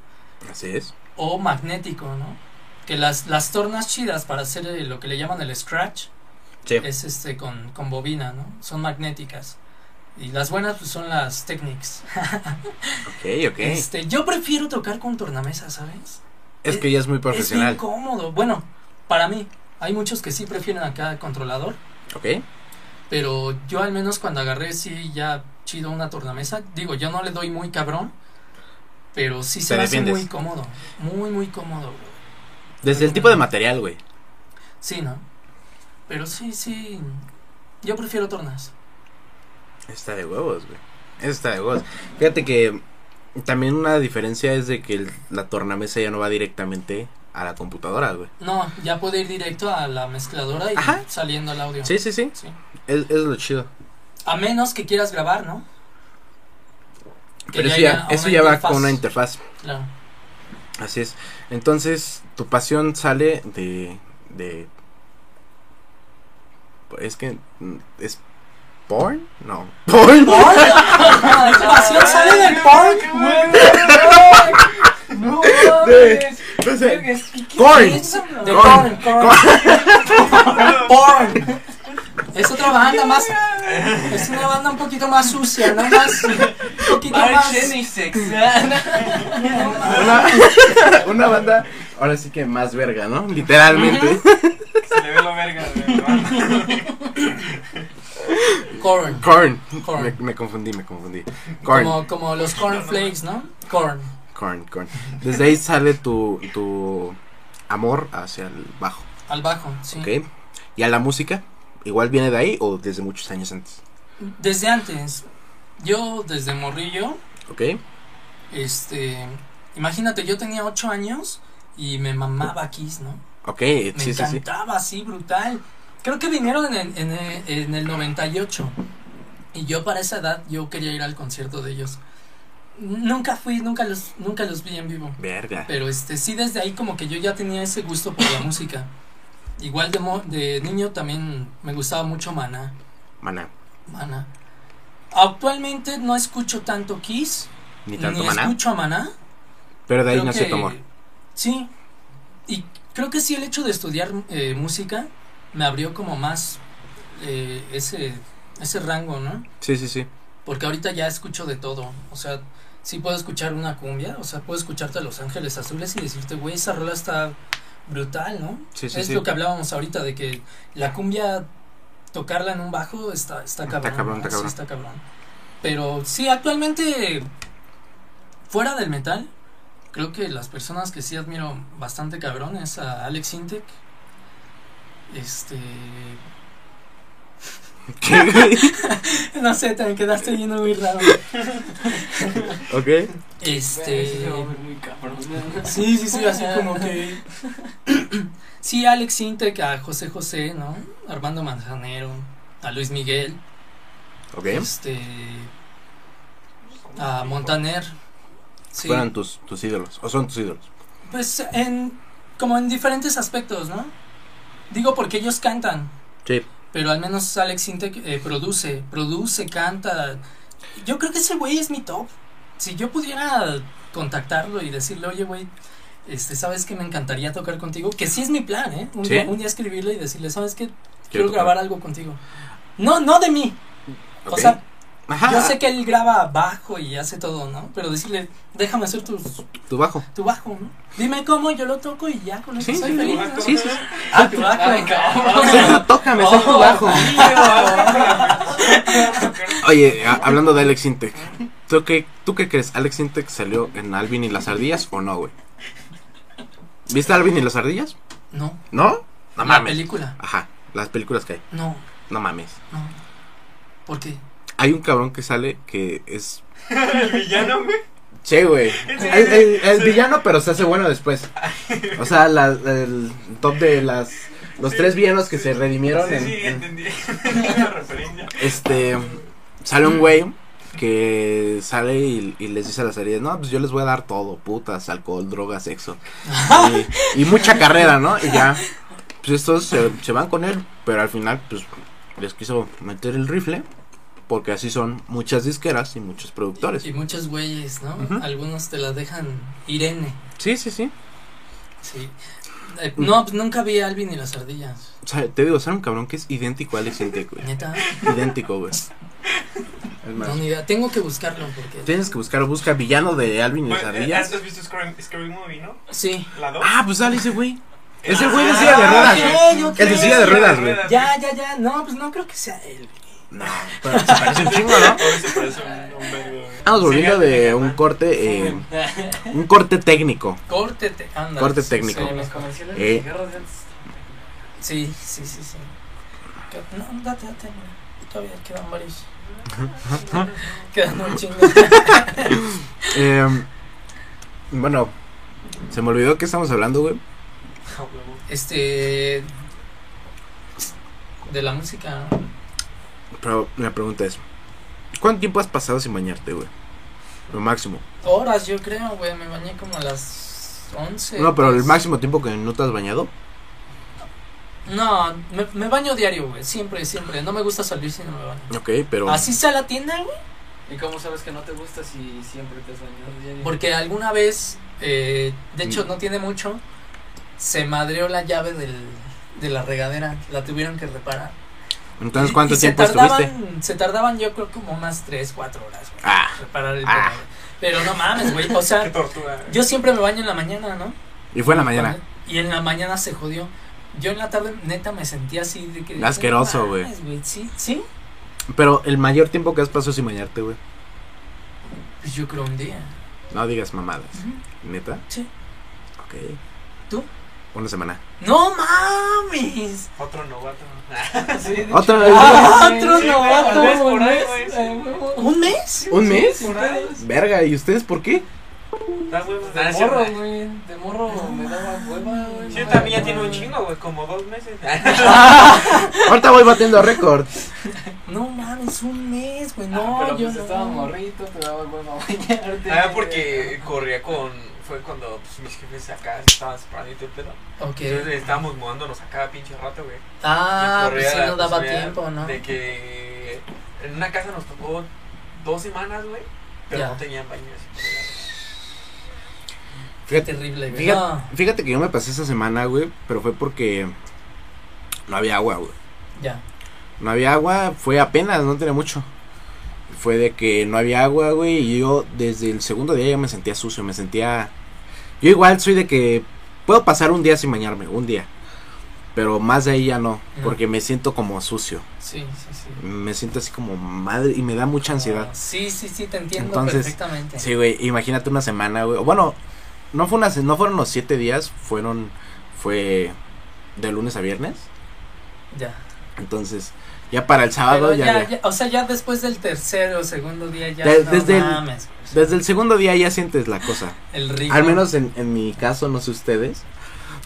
Así es.
o magnético, ¿no? Que las, las tornas chidas para hacer eh, lo que le llaman el scratch
Sí.
es este con, con bobina, ¿no? Son magnéticas. Y las buenas pues son las Technics.
Ok, ok. Es,
Este, yo prefiero tocar con tornamesa, ¿sabes?
que ya es muy
Es bien
profesional.
cómodo. Bueno, para mí. Hay muchos que sí prefieren acá controlador.
ok.
Pero yo al menos cuando agarré sí ya chido una tornamesa, digo, yo no le doy muy cabrón, pero sí se
Te
me hace
defiendes.
muy cómodo, muy muy cómodo. güey.
Desde el tipo de material, güey.
Sí, ¿no? Pero sí, sí, yo prefiero tornas.
Está de huevos, güey. Eso está de huevos. Fíjate que también una diferencia es de que el- la tornamesa ya no va directamente a la computadora, güey.
No, ya puede ir directo a la mezcladora y
Ajá.
saliendo el audio.
Sí, sí, sí.
Sí.
Es, es lo chido.
A menos que quieras grabar, ¿no? Que
Pero eso
haya
ya,
una
eso ya va
interfaz.
con una interfaz.
Claro.
Así es. Entonces, tu pasión sale de. de es que. mm, ¿Es porn? No. ¿Porn?
La
Ah.
pasión sale del porn.
¡Qué bueno! ¡No mames!
No sé.
Es que- ¿qué
Corn.
es eso?
De
Corn.
porn, porn. Porn. Es otra banda más. Es una banda un poquito más sucia, ¿no? Más. Un poquito más.
Arsenesex.
Una, una banda. Ahora sí que más verga, ¿no? Literalmente.
Se le ve lo verga, güey.
Corn.
Corn.
Corn.
Me, me confundí, me confundí. Corn.
Como, como los cornflakes, ¿no? Corn.
Corn, corn. Desde ahí sale tu, tu amor hacia el bajo,
Al bajo, sí.
¿ok? Y a la música, igual viene de ahí o desde muchos años antes,
Desde antes. Yo, desde morrillo,
¿ok?
este. Imagínate, yo tenía 8 años y me mamaba Kiss, ¿no?
Ok, eh,
Me
sí, sí, sí.
encantaba así, brutal. Creo que vinieron en el, en, el, en el 98. Y yo para esa edad yo quería ir al concierto de ellos. Nunca fui, nunca los, nunca los vi en vivo.
Verga.
Pero este, sí desde ahí como que yo ya tenía ese gusto por la música. Igual de, mo- de niño también me gustaba mucho Maná.
Maná.
Maná. Actualmente no escucho tanto Kiss,
Ni tanto maná.
escucho a Maná.
Pero de ahí
Creo
nació
que-
tu amor.
Sí. Y creo que sí el hecho de estudiar eh, música me abrió como más eh, ese, ese rango, ¿no?
Sí, sí, sí.
Porque ahorita ya escucho de todo. O sea, sí puedo escuchar una cumbia, o sea, puedo escucharte a Los Ángeles Azules y decirte, güey, esa rola está brutal, ¿no?
Sí, sí,
es
sí.
lo que hablábamos ahorita de que la cumbia tocarla en un bajo está está
Está
cabrón.
cabrón,
¿no?
está
Sí,
cabrón.
está cabrón. Pero sí, actualmente fuera del metal, creo que las personas que sí admiro bastante cabrón es a Alex Intec. Este,
¿Qué, güey?
no sé, te me quedaste yendo muy raro.
ok.
Este,
Ese se va a ver muy cabrón.
Sí, sí, sí, así como que. Sí, Alex Intec, a José José, ¿no? Armando Manzanero, a Luis Miguel,
Ok.
este. a Montaner. Sí.
Fueron tus, tus ídolos. O son tus ídolos.
Pues en. como en diferentes aspectos, ¿no? Digo porque ellos cantan,
Sí.
pero al menos Alex Intec eh, produce, produce, canta. Yo creo que ese güey es mi top. Si yo pudiera contactarlo y decirle, oye, güey, este, ¿sabes que me encantaría tocar contigo? Que sí es mi plan, ¿eh? Un,
Sí.
día, un día escribirle y decirle, ¿sabes qué? Quiero,
tocar.
grabar algo contigo. No, no de mí. O
Ok.
sea,
Ajá.
yo sé que él graba bajo y hace todo, ¿no? Pero decirle, déjame hacer tus,
Tu bajo.
tu bajo, ¿no? Dime cómo, yo lo toco y ya con eso
Sí,
soy
sí,
feliz.
sí.
¿no?
Sí, sí, sí.
Ah, tu bajo. Oh.
Ay, cabrón.
Sergio, tócame, soy tu bajo.
Ah,
Oye, a- hablando de Alex Intec, ¿tú qué, ¿tú qué crees? ¿Alex Intec salió en Alvin y las ardillas o no, güey? ¿Viste Alvin y las ardillas?
No,
¿No? No
la
mames.
película.
Ajá, las películas que hay.
No,
No mames.
no. ¿Por qué?
Hay un cabrón que sale que es.
El villano, güey.
Che, güey. El, el- el villano, pero se hace bueno después. O sea, la- el top de las. Los tres villanos que se redimieron
Sí,
en-
sí,
en,
entendí. Entendí la referencia.
Este sale
Mm.
un güey que sale y, y les dice a las heridas, no, pues yo les voy a dar todo, putas, alcohol, drogas, sexo. Y, y mucha carrera, ¿no? Y ya, pues estos se, se van con él, pero al final, pues, les quiso meter el rifle, porque así son muchas disqueras y muchos productores.
Y muchos güeyes, ¿no?
Ujú.
Algunos te la dejan Irene,
Sí, sí, sí.
sí. Eh,
Mm.
no, pues nunca vi a Alvin y las ardillas.
O sea, te digo, sale un cabrón que es idéntico a Alex Intec, güey.
Neta,
Idéntico, güey. Es
no,
más,
ni idea. Tengo que buscarlo porque.
tienes que buscar, busca villano de Alvin y las
Bueno, eh, ¿Has
ardillas.
has visto Scary, Scary Movie, no?
Sí.
La 2.
Ah, pues sale ese güey. Es el güey de
Ah,
silla de ruedas,
ok,
güey.
ok.
El de silla de ruedas, güey.
Ya, ya, ya. No, pues no creo que sea él.
No, pero se parece un chingo, ¿no?
Por eso parece un- un vergo, güey.
Estamos volviendo
Sería-
de un corte, eh, un corte técnico.
Córtete, anda.
Corte técnico.
En los comerciales de
Eh.
cigarros de antes.
Sí, sí, sí, sí. Que- No, date, date. güey. Todavía quedan varios. Quedan un chingo.
Em, bueno, se me olvidó que estamos hablando, güey.
Este. De la música, ¿no?
Pero la pregunta es: ¿Cuánto tiempo has pasado sin bañarte, güey? Lo máximo.
Horas, yo creo, güey. Me bañé como a las 11.
No, pero el
12.
máximo tiempo que no te has bañado.
No, me, me baño diario, güey. Siempre, siempre. No me gusta salir si no me baño.
Ok, pero.
Así sea la tienda, güey.
¿Y cómo sabes que no te gusta si siempre te has bañado diario?
Porque alguna vez, eh, de hecho, no tiene mucho. Se madreó la llave del, de la regadera. La tuvieron que reparar.
Entonces,
Y-
¿cuánto
y se
tiempo
tardaban-
estuviste?
Se tardaban, yo creo, como unas 3, 4 horas, güey.
Ah,
Reparar el
Ah.
pedo, güey. Pero no mames, güey. O sea,
tortura.
yo siempre me baño en la mañana, ¿no?
y fue en la mañana.
Y en la mañana se jodió. Yo en la tarde, neta, me sentía así de que.
Asqueroso,
"No
güey".
mames, Sí, sí.
Pero el mayor tiempo que has pasado sin bañarte, güey.
Pues yo creo un día.
No digas mamadas. ¿Neta?
Sí.
Ok.
¿Tú?
Una semana.
¡No mames!
Otro novato.
¿Otra
¡Ah, otro
sí, güey,
novato!
tal vez por
un
ahí,
mes.
güey, sí.
Eh, ¿Un mes?
¿Un mes?
Por ahí.
Verga, ¿y ustedes por qué?
Las huevos
De
Ah,
de
morro,
morro.
güey. De morro me daba hueva, güey.
Sí, también ya tiene un chingo, güey, como dos meses.
Ahorita voy batiendo récord.
No mames, un mes, güey.
No,
No,
pero
yo
pues
no.
estaba morrito, te daba hueva bañarte.
Ah, porque corría con. Fue cuando pues, mis jefes acá se estaban separando y todo el pedo.
Ok.
Entonces estábamos mudándonos acá a pinche rato, güey.
Ah,
Y corría
pues sí,
la
no daba
posibilidad
tiempo, ¿no?
De que en una casa nos tocó dos semanas, güey, pero
Ya.
no tenían baño así.
Qué
Fíjate,
terrible, güey.
fíjate-
No,
fíjate que yo me pasé esa semana, güey, pero fue porque no había agua, güey.
ya.
No había agua, fue apenas, no tenía mucho. Fue de que no había agua, güey, y yo desde el segundo día ya me sentía sucio, me sentía... Yo igual soy de que puedo pasar un día sin bañarme, un día. Pero más de ahí ya no,
No.
porque me siento como sucio.
Sí, sí, sí.
Me siento así como madre y me da mucha ansiedad.
Ah, sí, sí, sí, te entiendo
Entonces,
perfectamente.
Sí, güey, imagínate una semana, güey. o Bueno, no, fue una, se- no fueron los siete días, fueron... Fue de lunes a viernes.
Ya.
Entonces, ya para el sábado
Pero
Ah, ya...
ya,
ya-
ya- o sea, ya después del tercer o segundo día ya
De-
no
desde el-
mames, güey.
Desde el segundo día ya sientes la cosa.
el ritmo.
Al menos en, en mi caso, no sé ustedes.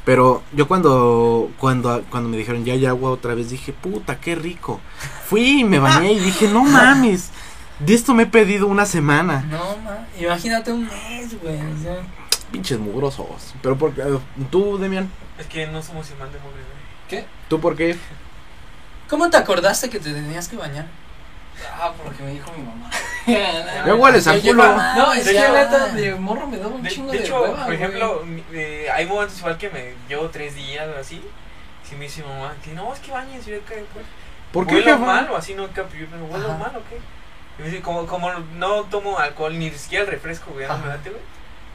Pero yo cuando, cuando, cuando me dijeron ya hay agua otra vez, dije, puta, qué rico. Fui y me bañé y dije, no mames, de esto me he pedido una semana.
No, ma, imagínate un mes, güey. o sea,
Pinches mugrosos. Pero por, eh, tú, Demian,
Es que no somos imán de móvil, güey.
¿tú por qué?
¿Cómo te acordaste que te tenías que bañar?
Ah, porque me dijo mi mamá.
Yo igual les
Yo
al
llego
culo.
a-
No, es que
Ya.
neta, de morro me daba un
De,
chingo
de
de,
hecho,
hueva,
por
güey.
ejemplo, mi- eh, hay momentos igual que me llevo tres días o así. Si me dice mi mamá, que no, es que bañes, yo que pues.
¿Por qué,
¿Huelo
jefa?
mal o así no capio? Yo me huelo
Ajá.
mal o qué? Y me dice, como, como no tomo alcohol ni siquiera el refresco, güey, no me
Ajá.
late, güey.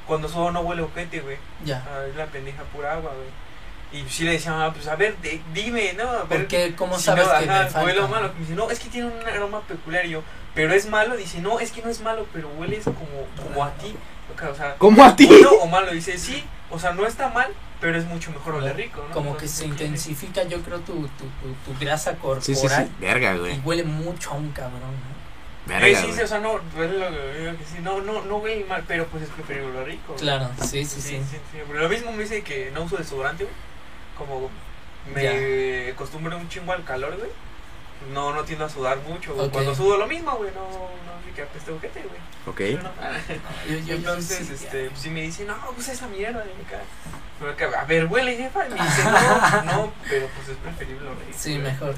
Cuando solo no huele ojete, güey.
Ya.
Ah, es la pendeja pura agua, güey. Y sí le decía, mamá, pues a ver, de- dime, ¿no? A ver,
¿Por qué? ¿Cómo
si
sabes
no,
que
ajá,
me falta?
huele malo. Me dice, no, es que tiene un aroma peculiar. Y yo, pero es malo. Dice, no, es que no es malo, pero hueles como, como a ti. O sea,
¿Cómo a ti?
bueno o malo. Dice, sí, o sea, no está mal, pero es mucho mejor oler rico, ¿no?
Como que
Entonces,
se
¿qué tiene?
intensifica, yo creo, tu, tu, tu, tu grasa corporal.
Sí, sí, sí. Verga, güey.
Y huele mucho a un cabrón, ¿no?
Eh,
Verga,
sí, sí,
güey.
o sea, no, es lo que digo que sí, no, no, no huele mal, pero pues es preferible lo rico. güey.
Claro, sí, sí,
Sí,
sí.
sí, sí, Pero lo mismo me dice que no uso desodorante, güey. Como me acostumbro un chingo al calor, güey. No, no tiendo a sudar mucho, güey.
Ok.
Cuando sudo lo mismo, güey, no, no me queda peste ojete, güey.
Ok.
No.
Ah, Yo- yo- yo
Entonces,
sí,
este, pues, sí me dice, no, usa esa mierda de acá. Pero acá, a ver, huele, jefa. Y me dice, no, no, pero pues es preferible lo rico.
Sí,
güey.
mejor.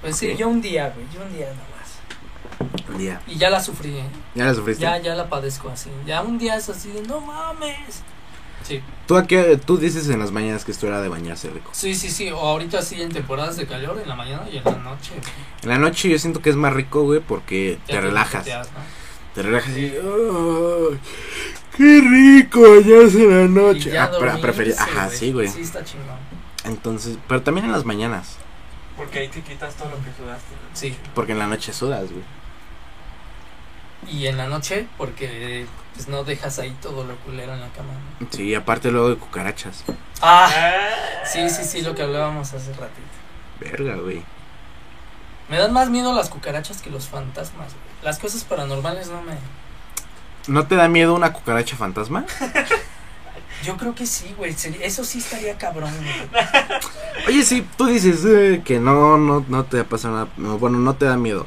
Pues sí,
Ok.
yo un día, güey, yo un día nomás.
Un día.
Y ya la sufrí, ¿eh?
¿Ya la sufriste?
Ya, ya la padezco así. Ya un día es así de, no mames. Sí,
¿Tú, a qué- tú dices en las mañanas que esto era de bañarse rico.
sí, sí, sí. O ahorita sí en temporadas de calor, en la mañana y en la noche.
En la noche yo siento que es más rico, güey, porque
Ya
te relajas.
coqueteas, ¿no?
Te relajas y. ¡ay! ¡Qué rico! Ya es en la
Y
noche.
ya
Ah, pre-
dormirse,
preferí- Ajá, sí, güey.
Sí, está chingón.
Entonces, pero también en las mañanas.
Porque ahí te quitas todo lo que sudaste. ¿no?
Sí.
Porque en la noche sudas, güey.
Y en la noche, porque pues no dejas ahí todo lo culero en la cama. ¿no?
Sí, aparte luego de cucarachas.
Ah,
Ah,
sí, sí, sí, lo que hablábamos hace ratito.
Verga, güey.
Me dan más miedo las cucarachas que los fantasmas. güey. Las cosas paranormales no me.
¿No te da miedo una cucaracha fantasma?
Yo creo que sí, güey. sería- Eso sí estaría cabrón, güey.
Oye, sí, tú dices eh, que no, no, no te pasa nada. no, Bueno, no te da miedo.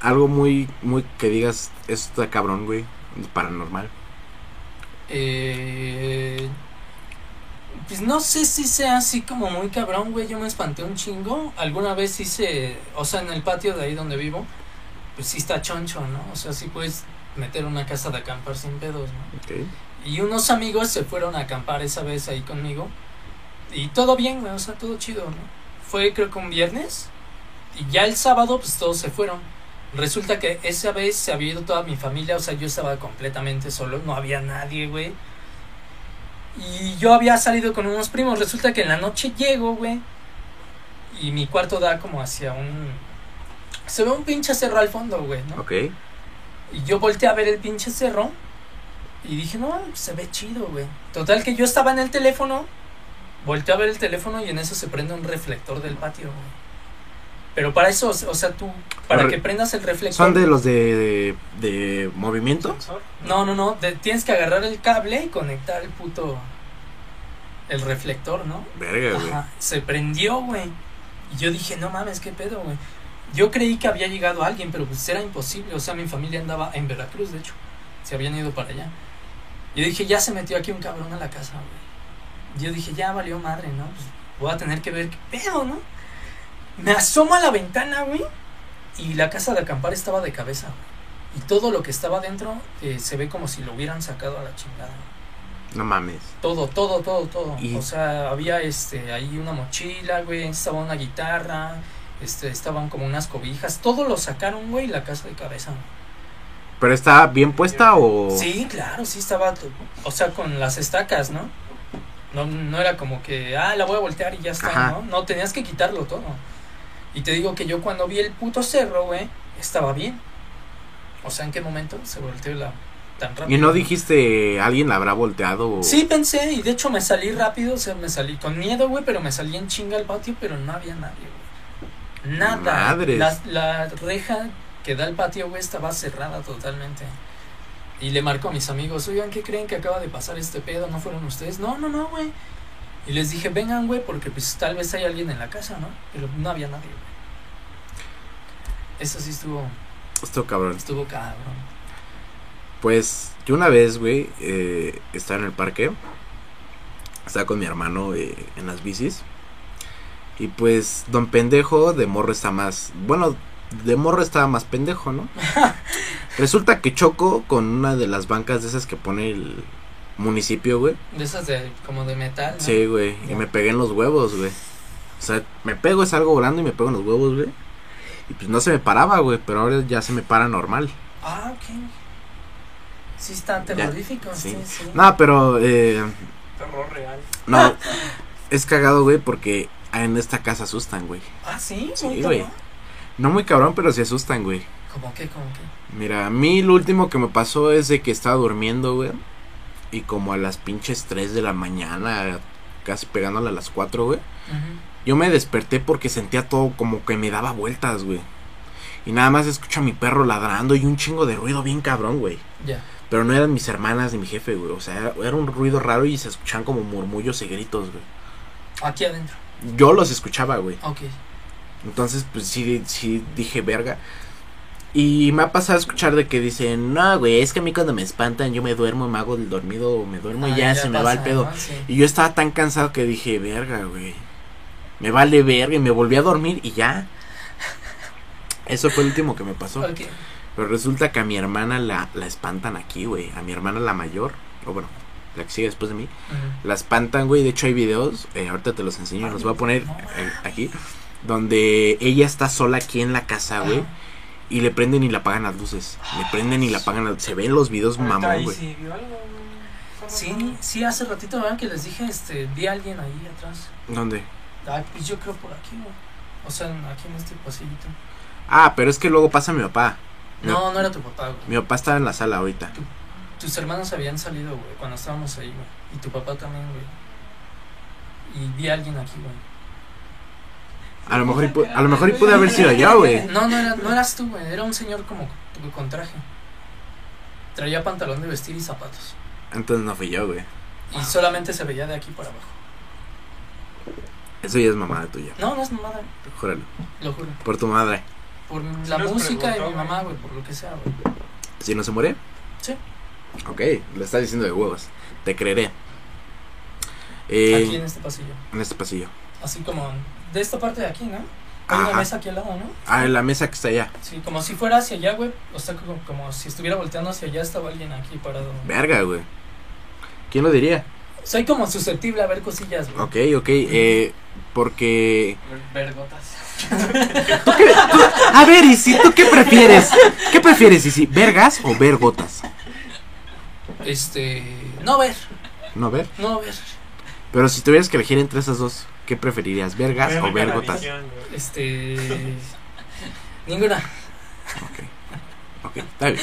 Algo muy, muy que digas, esto está cabrón, güey. Paranormal.
Eh, pues no sé si sea así como muy cabrón, güey. Yo me espanté un chingo. Alguna vez hice, o sea, en el patio de ahí donde vivo, pues sí está choncho, ¿no? O sea, sí puedes meter una casa de acampar sin pedos, ¿no?
Ok.
Y unos amigos se fueron a acampar esa vez ahí conmigo. Y todo bien, güey, o sea, todo chido, ¿no? Fue creo que un viernes. Y ya el sábado, pues todos se fueron. Resulta que esa vez se había ido toda mi familia, o sea, yo estaba completamente solo, no había nadie, güey. Y yo había salido con unos primos. Resulta que en la noche llego, güey. Y mi cuarto da como hacia un. Se ve un pinche cerro al fondo, güey, ¿no?
Ok.
Y yo volteé a ver el pinche cerro. Y dije, no, pues, se ve chido, güey. Total que yo estaba en el teléfono. Volteé a ver el teléfono y en eso se prende un reflector del patio, güey. Pero para eso, o o sea, tú, para
Re-
que prendas el reflector.
¿Son de los de, de, de movimiento?
No, no, no. te- tienes que agarrar el cable y conectar el puto. El reflector, ¿no?
Verga, güey.
Ajá, se prendió, güey. Y yo dije, no mames, qué pedo, güey. Yo creí que había llegado alguien, pero pues era imposible. O sea, mi familia andaba en Veracruz, de hecho. Se habían ido para allá. Yo dije, ya se metió aquí un cabrón a la casa, güey. Yo dije, ya valió madre, ¿no? Pues voy a tener que ver qué pedo, ¿no? Me asomo a la ventana, güey. Y la casa de acampar estaba de cabeza, güey. Y todo lo que estaba dentro eh, se ve como si lo hubieran sacado a la chingada. güey.
No mames.
Todo, todo, todo, todo.
Y-
O sea, había este ahí una mochila, güey, estaba una guitarra, este, estaban como unas cobijas, todo lo sacaron, güey, la casa de cabeza.
¿Pero está bien puesta o...?
Sí, claro, sí estaba, to- o sea, con las estacas, ¿no? No, no era como que, ah, la voy a voltear y ya está,
Ajá.
¿no? No, tenías que quitarlo todo. Y te digo que yo cuando vi el puto cerro, güey, estaba bien. O sea, ¿en qué momento se volteó la tan rápido?
¿Y no dijiste alguien la habrá volteado? o-
Sí, pensé, y de hecho me salí rápido, o sea, me salí con miedo, güey, pero me salí en chinga al patio, pero no había nadie, güey. Nada.
Madres.
La, la reja que da al patio, güey, estaba cerrada totalmente. Y le marco a mis amigos, oigan, ¿qué creen que acaba de pasar este pedo? ¿No fueron ustedes? No, no, no, güey. Y les dije, vengan, güey, porque pues tal vez hay alguien en la casa, ¿no? Pero no había nadie, güey. Eso sí estuvo,
Esto cabrón.
estuvo cabrón.
Pues yo una vez, güey, eh, estaba en el parque. Estaba con mi hermano eh, en las bicis. Y pues, don pendejo de morro está más. Bueno, de morro estaba más pendejo, ¿no? Resulta que choco con una de las bancas de esas que pone el municipio, güey.
De esas de, como de metal, ¿no?
Sí, güey. Y
Ya.
me pegué en los huevos, güey. O sea, me pego, es algo volando y me pego en los huevos, güey. Y pues no se me paraba, güey. Pero ahora ya se me para normal.
Ah, ok. Sí, están terroríficos.
sí.
Sí, sí.
No, pero. Eh,
Terror real.
No, es cagado, güey, porque en esta casa asustan, güey.
Ah, sí,
Sí,
muy
güey.
cabrón.
No muy cabrón, pero sí asustan, güey.
¿Cómo que, cómo que?
Mira, a mí lo último que me pasó es de que estaba durmiendo, güey. Y como a las pinches 3 de la mañana, casi pegándole a las 4, güey.
Ujú.
Yo me desperté porque sentía todo como que me daba vueltas, güey. Y nada más escucho a mi perro ladrando y un chingo de ruido bien cabrón, güey.
Ya.
Pero no eran mis hermanas ni mi jefe, güey. O sea, era, era un ruido raro y se escuchaban como murmullos y gritos, güey.
Aquí adentro.
Yo los escuchaba, güey.
Ok.
Entonces, pues sí, sí dije verga. Y me ha pasado a escuchar de que dicen, no, güey, es que a mí cuando me espantan yo me duermo, me hago el dormido, me duermo y
Ah,
ya, se me va el
pasa,
pedo.
¿no? Sí.
Y yo estaba tan cansado que dije, verga, güey. Me vale verga y me volví a dormir y ya. Eso fue el último que me pasó.
Ok.
Pero resulta que a mi hermana la, la espantan aquí, güey. A mi hermana la mayor, o bueno, la que sigue después de mí.
Ujú.
La espantan, güey. De hecho, hay videos. eh, ahorita te los enseño. Los voy a poner
no.
eh, aquí. Donde ella está sola aquí en la casa, güey. Y le prenden y le apagan las luces. Le prenden y le apagan las Se ven los videos Pues, mamón,
Ahí
güey.
sí vio algo.
Sí, sí, hace ratito, ¿verdad? Que les dije, este, vi a alguien ahí atrás.
¿Dónde?
Ah, pues yo creo por aquí, güey. O sea, en- aquí en este pasillito.
Ah, pero es que luego pasa mi papá. Mi-
No, no era tu papá, güey.
Mi papá estaba en la sala ahorita.
Tus hermanos habían salido, güey, cuando estábamos ahí, güey. Y tu papá también, güey. Y vi a alguien aquí, güey.
A lo mejor, y pu- a lo mejor y pude haber sido allá, güey.
No, no, era, no eras tú, güey. Era un señor como con- con traje. Traía pantalón de vestir y zapatos.
Entonces no fui yo, güey. Ah.
Y solamente se veía de aquí para abajo.
Eso ya es mamada tuya.
No, no es mamada,
Júralo.
lo juro.
Por tu madre.
Por
Sí
la
nos
música de
preguntó,
mi
güey.
mamá, güey, por lo que sea, güey.
¿Si no se muere?
Sí.
Ok, lo estás diciendo de huevos. Te creeré.
Aquí en
Eh,
este pasillo.
en este pasillo.
Así como de esta parte de aquí, ¿no? Hay una
Ajá.
mesa aquí al lado, ¿no?
Ah, en la mesa que está allá.
Sí, como si fuera hacia allá, güey. O sea, como, como si estuviera volteando hacia allá, estaba alguien aquí parado.
Verga, güey. ¿Quién lo diría?
Soy como susceptible a ver cosillas, güey.
Ok, ok. Eh, porque
Vergotas.
¿Tú qué- tú- a ver, Isi, ¿tú qué prefieres? ¿Qué prefieres, Isi? ¿Vergas o vergotas?
Este. No ver,
No, a ver.
no ver.
Pero si tuvieras que elegir entre esas dos, ¿qué preferirías? ¿Vergas o vergotas?
Este. Ninguna.
Ok, está bien.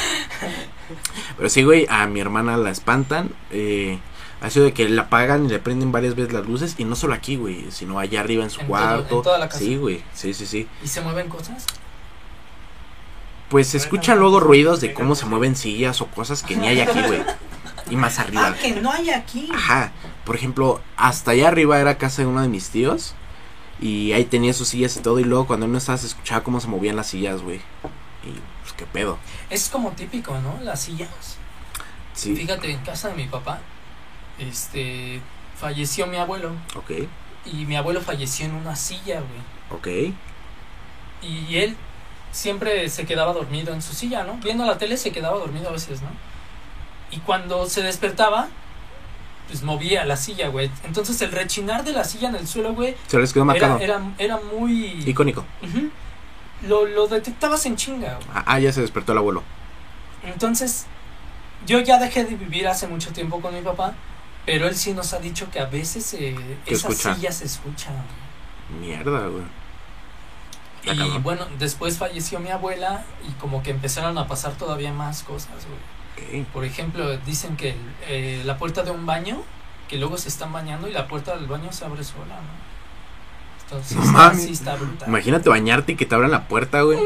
Pero sí, güey, a mi hermana la espantan. Eh, ha sido de que la apagan y le prenden varias veces las luces. Y no solo aquí, güey, sino allá arriba en su
En todo-
cuarto.
en toda la casa.
Sí, güey, sí, sí, sí.
¿Y se mueven cosas?
Pues se escuchan luego ruidos de cómo se mueven sillas o cosas que ni hay aquí, güey. Y más
Ah,
arriba.
que no hay aquí.
Ajá. Por ejemplo, hasta allá arriba era casa de uno de mis tíos. Y ahí tenía sus sillas y todo. Y luego cuando él no estaba, se escuchaba cómo se movían las sillas, güey. Y pues qué pedo.
Es como típico, ¿no? Las sillas.
Sí.
Fíjate, en casa de mi papá, este. Falleció mi abuelo.
Ok,
Y mi abuelo falleció en una silla, güey.
ok.
Y él siempre se quedaba dormido en su silla, ¿no? Viendo la tele se quedaba dormido a veces, ¿no? Y cuando se despertaba, pues movía la silla, güey. Entonces el rechinar de la silla en el suelo, güey,
Se les quedó
era,
marcado.
era, era muy...
Icónico.
Ujú. lo, lo detectabas en chinga, güey.
Ah, ah, ya se despertó el abuelo.
Entonces, yo ya dejé de vivir hace mucho tiempo con mi papá, pero él sí nos ha dicho que a veces eh,
Que
esas
escucha.
sillas se escuchan, güey.
Mierda, güey. Está
Y
cabrón.
bueno, después falleció mi abuela y como que empezaron a pasar todavía más cosas, güey.
Ok.
Por ejemplo, dicen que eh, la puerta de un baño, que luego se están bañando y la puerta del baño se abre sola, ¿no? Entonces,
No
sí está,
mames.
sí está brutal.
Imagínate bañarte y que te abran la puerta, güey.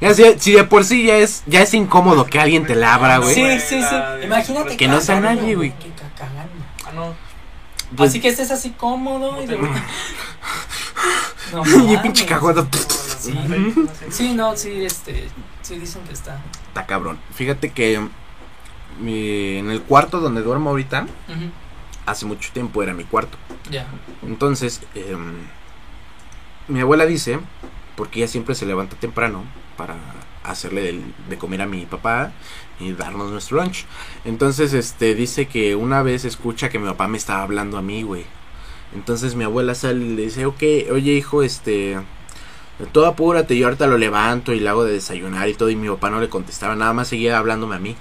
Ya, si, si de por sí ya es, ya es incómodo que alguien te la abra, güey.
Sí, sí, sí.
La de-
Imagínate
Que no sea
cagando,
nadie, güey.
Que ca- cagando.
Ah, no.
Pues-
Así que estés así cómodo y de... No
y
mames.
pinche cagado.
ah, Sí. Sí,
Sí,
no, sí, este, sí dicen que está.
Está cabrón. Fíjate que mm, mi- en el cuarto donde duermo ahorita,
Ujú,
hace mucho tiempo era mi cuarto.
Ya.
Entonces, em, mi abuela dice, porque ella siempre se levanta temprano para hacerle del- de comer a mi papá y darnos nuestro lunch. Entonces, este, dice que una vez escucha que mi papá me estaba hablando a mí, güey. Entonces mi abuela sale y le dice, ok, oye hijo, este, todo apúrate, yo ahorita lo levanto y le hago de desayunar y todo, y mi papá no le contestaba, nada más seguía hablándome a mí.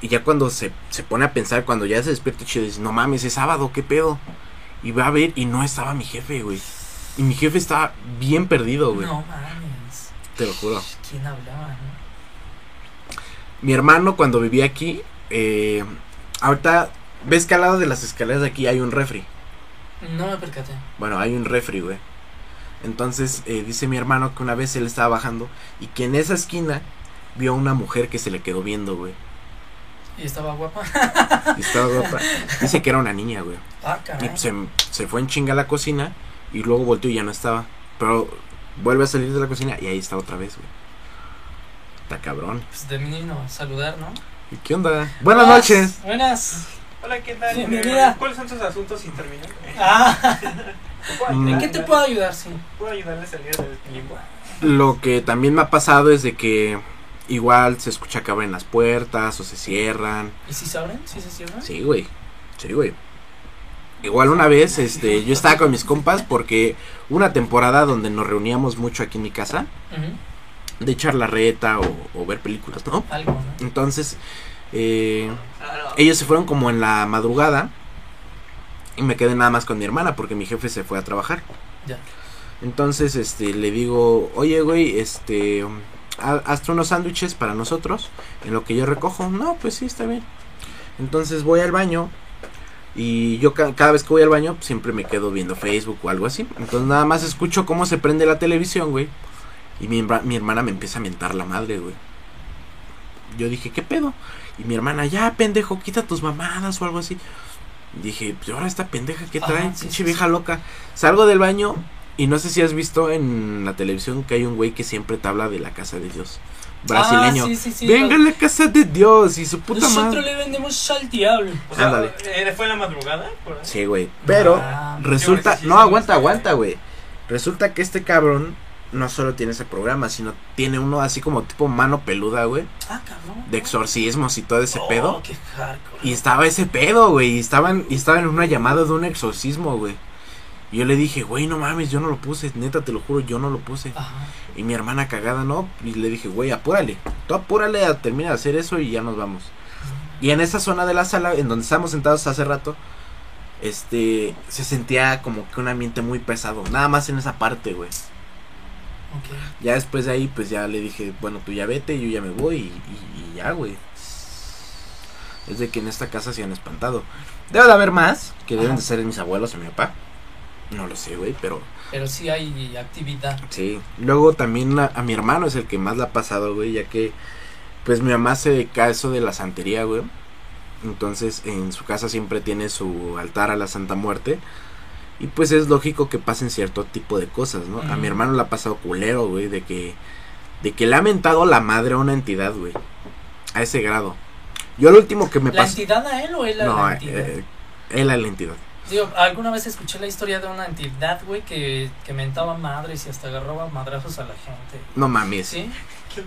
Y ya cuando se, se pone a pensar, cuando ya se despierta chido, dice, no mames, es sábado, ¿qué pedo? Y va a ver y no estaba mi jefe, güey. Y mi jefe estaba bien perdido, güey.
No mames.
Te lo juro.
¿Quién hablaba, no?
Mi hermano cuando vivía aquí, eh, ahorita, ves que al lado de las escaleras de aquí hay un refri.
No me percaté.
Bueno, hay un refri, güey. Entonces eh, dice mi hermano que una vez él estaba bajando y que en esa esquina vio a una mujer que se le quedó viendo, güey.
Y estaba guapa.
Y estaba guapa. Dice que era una niña, güey.
Ah,
Y
caray.
se, se fue en chinga a la cocina y luego volteó y ya no estaba. Pero vuelve a salir de la cocina y ahí está otra vez, güey. Está cabrón.
Pues de mínimo saludar, ¿no?
¿Y qué onda? Buenas noches.
Buenas.
Hola, ¿qué tal?
Bienvenida.
Eh, ¿Cuáles son tus asuntos y terminan?
Ah, ¿en
Mm.
qué te puedo ayudar, sí?
¿Puedo ayudarle a salir del limbo?
Lo que también me ha pasado es de que igual se escucha que abren las puertas o se cierran.
¿Y si se abren? ¿Si se cierran?
Sí, güey. Sí, güey. Igual una vez, este, yo estaba con mis compas porque una temporada donde nos reuníamos mucho aquí en mi casa,
Ujú,
de echar la reta o, o ver películas, ¿no?
Algo, ¿no?
Entonces, eh,
Ah, no.
ellos se fueron como en la madrugada y me quedé nada más con mi hermana porque mi jefe se fue a trabajar.
Ya.
Entonces, este, le digo, oye, güey, este, um, ha- hazte unos sándwiches para nosotros en lo que yo recojo. No, pues sí, está bien. Entonces voy al baño, Y yo ca- cada vez que voy al baño siempre me quedo viendo Facebook o algo así. Entonces nada más escucho cómo se prende la televisión, güey. Y mi, hembra- mi hermana me empieza a mentar la madre, güey. Yo dije, ¿qué pedo? Y mi hermana, ya, pendejo, quita tus mamadas o algo así. Dije, pues ahora esta pendeja, ¿qué
Ah,
trae?
sí,
Pinche
sí,
vieja loca. Salgo del baño y no sé si has visto en la televisión que hay un güey que siempre te habla de la casa de Dios. Brasileño.
Ah, sí, sí, sí.
Venga a la casa de Dios y su puta
Nosotros
madre.
le vendemos al diablo.
O sea,
Ándale.
¿era- ¿Fue en la madrugada? por ahí?
Sí, güey. Pero
Ah,
Yo creo
resulta.
que sí,
No,
sí,
aguanta,
sí.
aguanta, güey. Resulta que este cabrón no solo tiene ese programa, sino tiene uno así como tipo mano peluda, güey.
ah, cabrón.
De exorcismos y todo ese
Oh,
pedo.
qué hardcore.
Y estaba ese pedo, güey. Y estaban, y estaban en una llamada de un exorcismo, güey. Y yo le dije, güey, no mames, yo no lo puse. Neta, te lo juro, yo no lo puse.
Ajá.
Y mi hermana cagada, ¿no? Y le dije, güey, apúrale. Tú apúrale a terminar de hacer eso y ya nos vamos. Y en esa zona de la sala, en donde estábamos sentados hace rato, este, se sentía como que un ambiente muy pesado. Nada más en esa parte, güey.
Ok.
Ya después de ahí, pues ya le dije, bueno, tú ya vete, yo ya me voy y, y- y ya, güey. Es de que en esta casa se han espantado. Debe de haber más, que deben de ser mis abuelos o mi papá. No lo sé, güey, pero
Pero sí hay actividad.
Sí, luego también a, a mi hermano es el que más la ha pasado, güey, ya que pues mi mamá se dedica a eso de la santería, güey. Entonces en su casa siempre tiene su altar a la Santa Muerte. Y pues es lógico que pasen cierto tipo de cosas, ¿no? A mi
Ujú.
hermano le ha pasado culero, güey, de que, de que le ha mentado la madre a una entidad, güey. A ese grado. Yo lo último que me
¿La
pasó...
entidad a él o él a
No,
la entidad?
eh, él a la entidad.
Digo, alguna vez escuché la historia de una entidad, güey, que, que mentaba madres y hasta agarraba madrazos a la gente.
No mames.
¿Sí?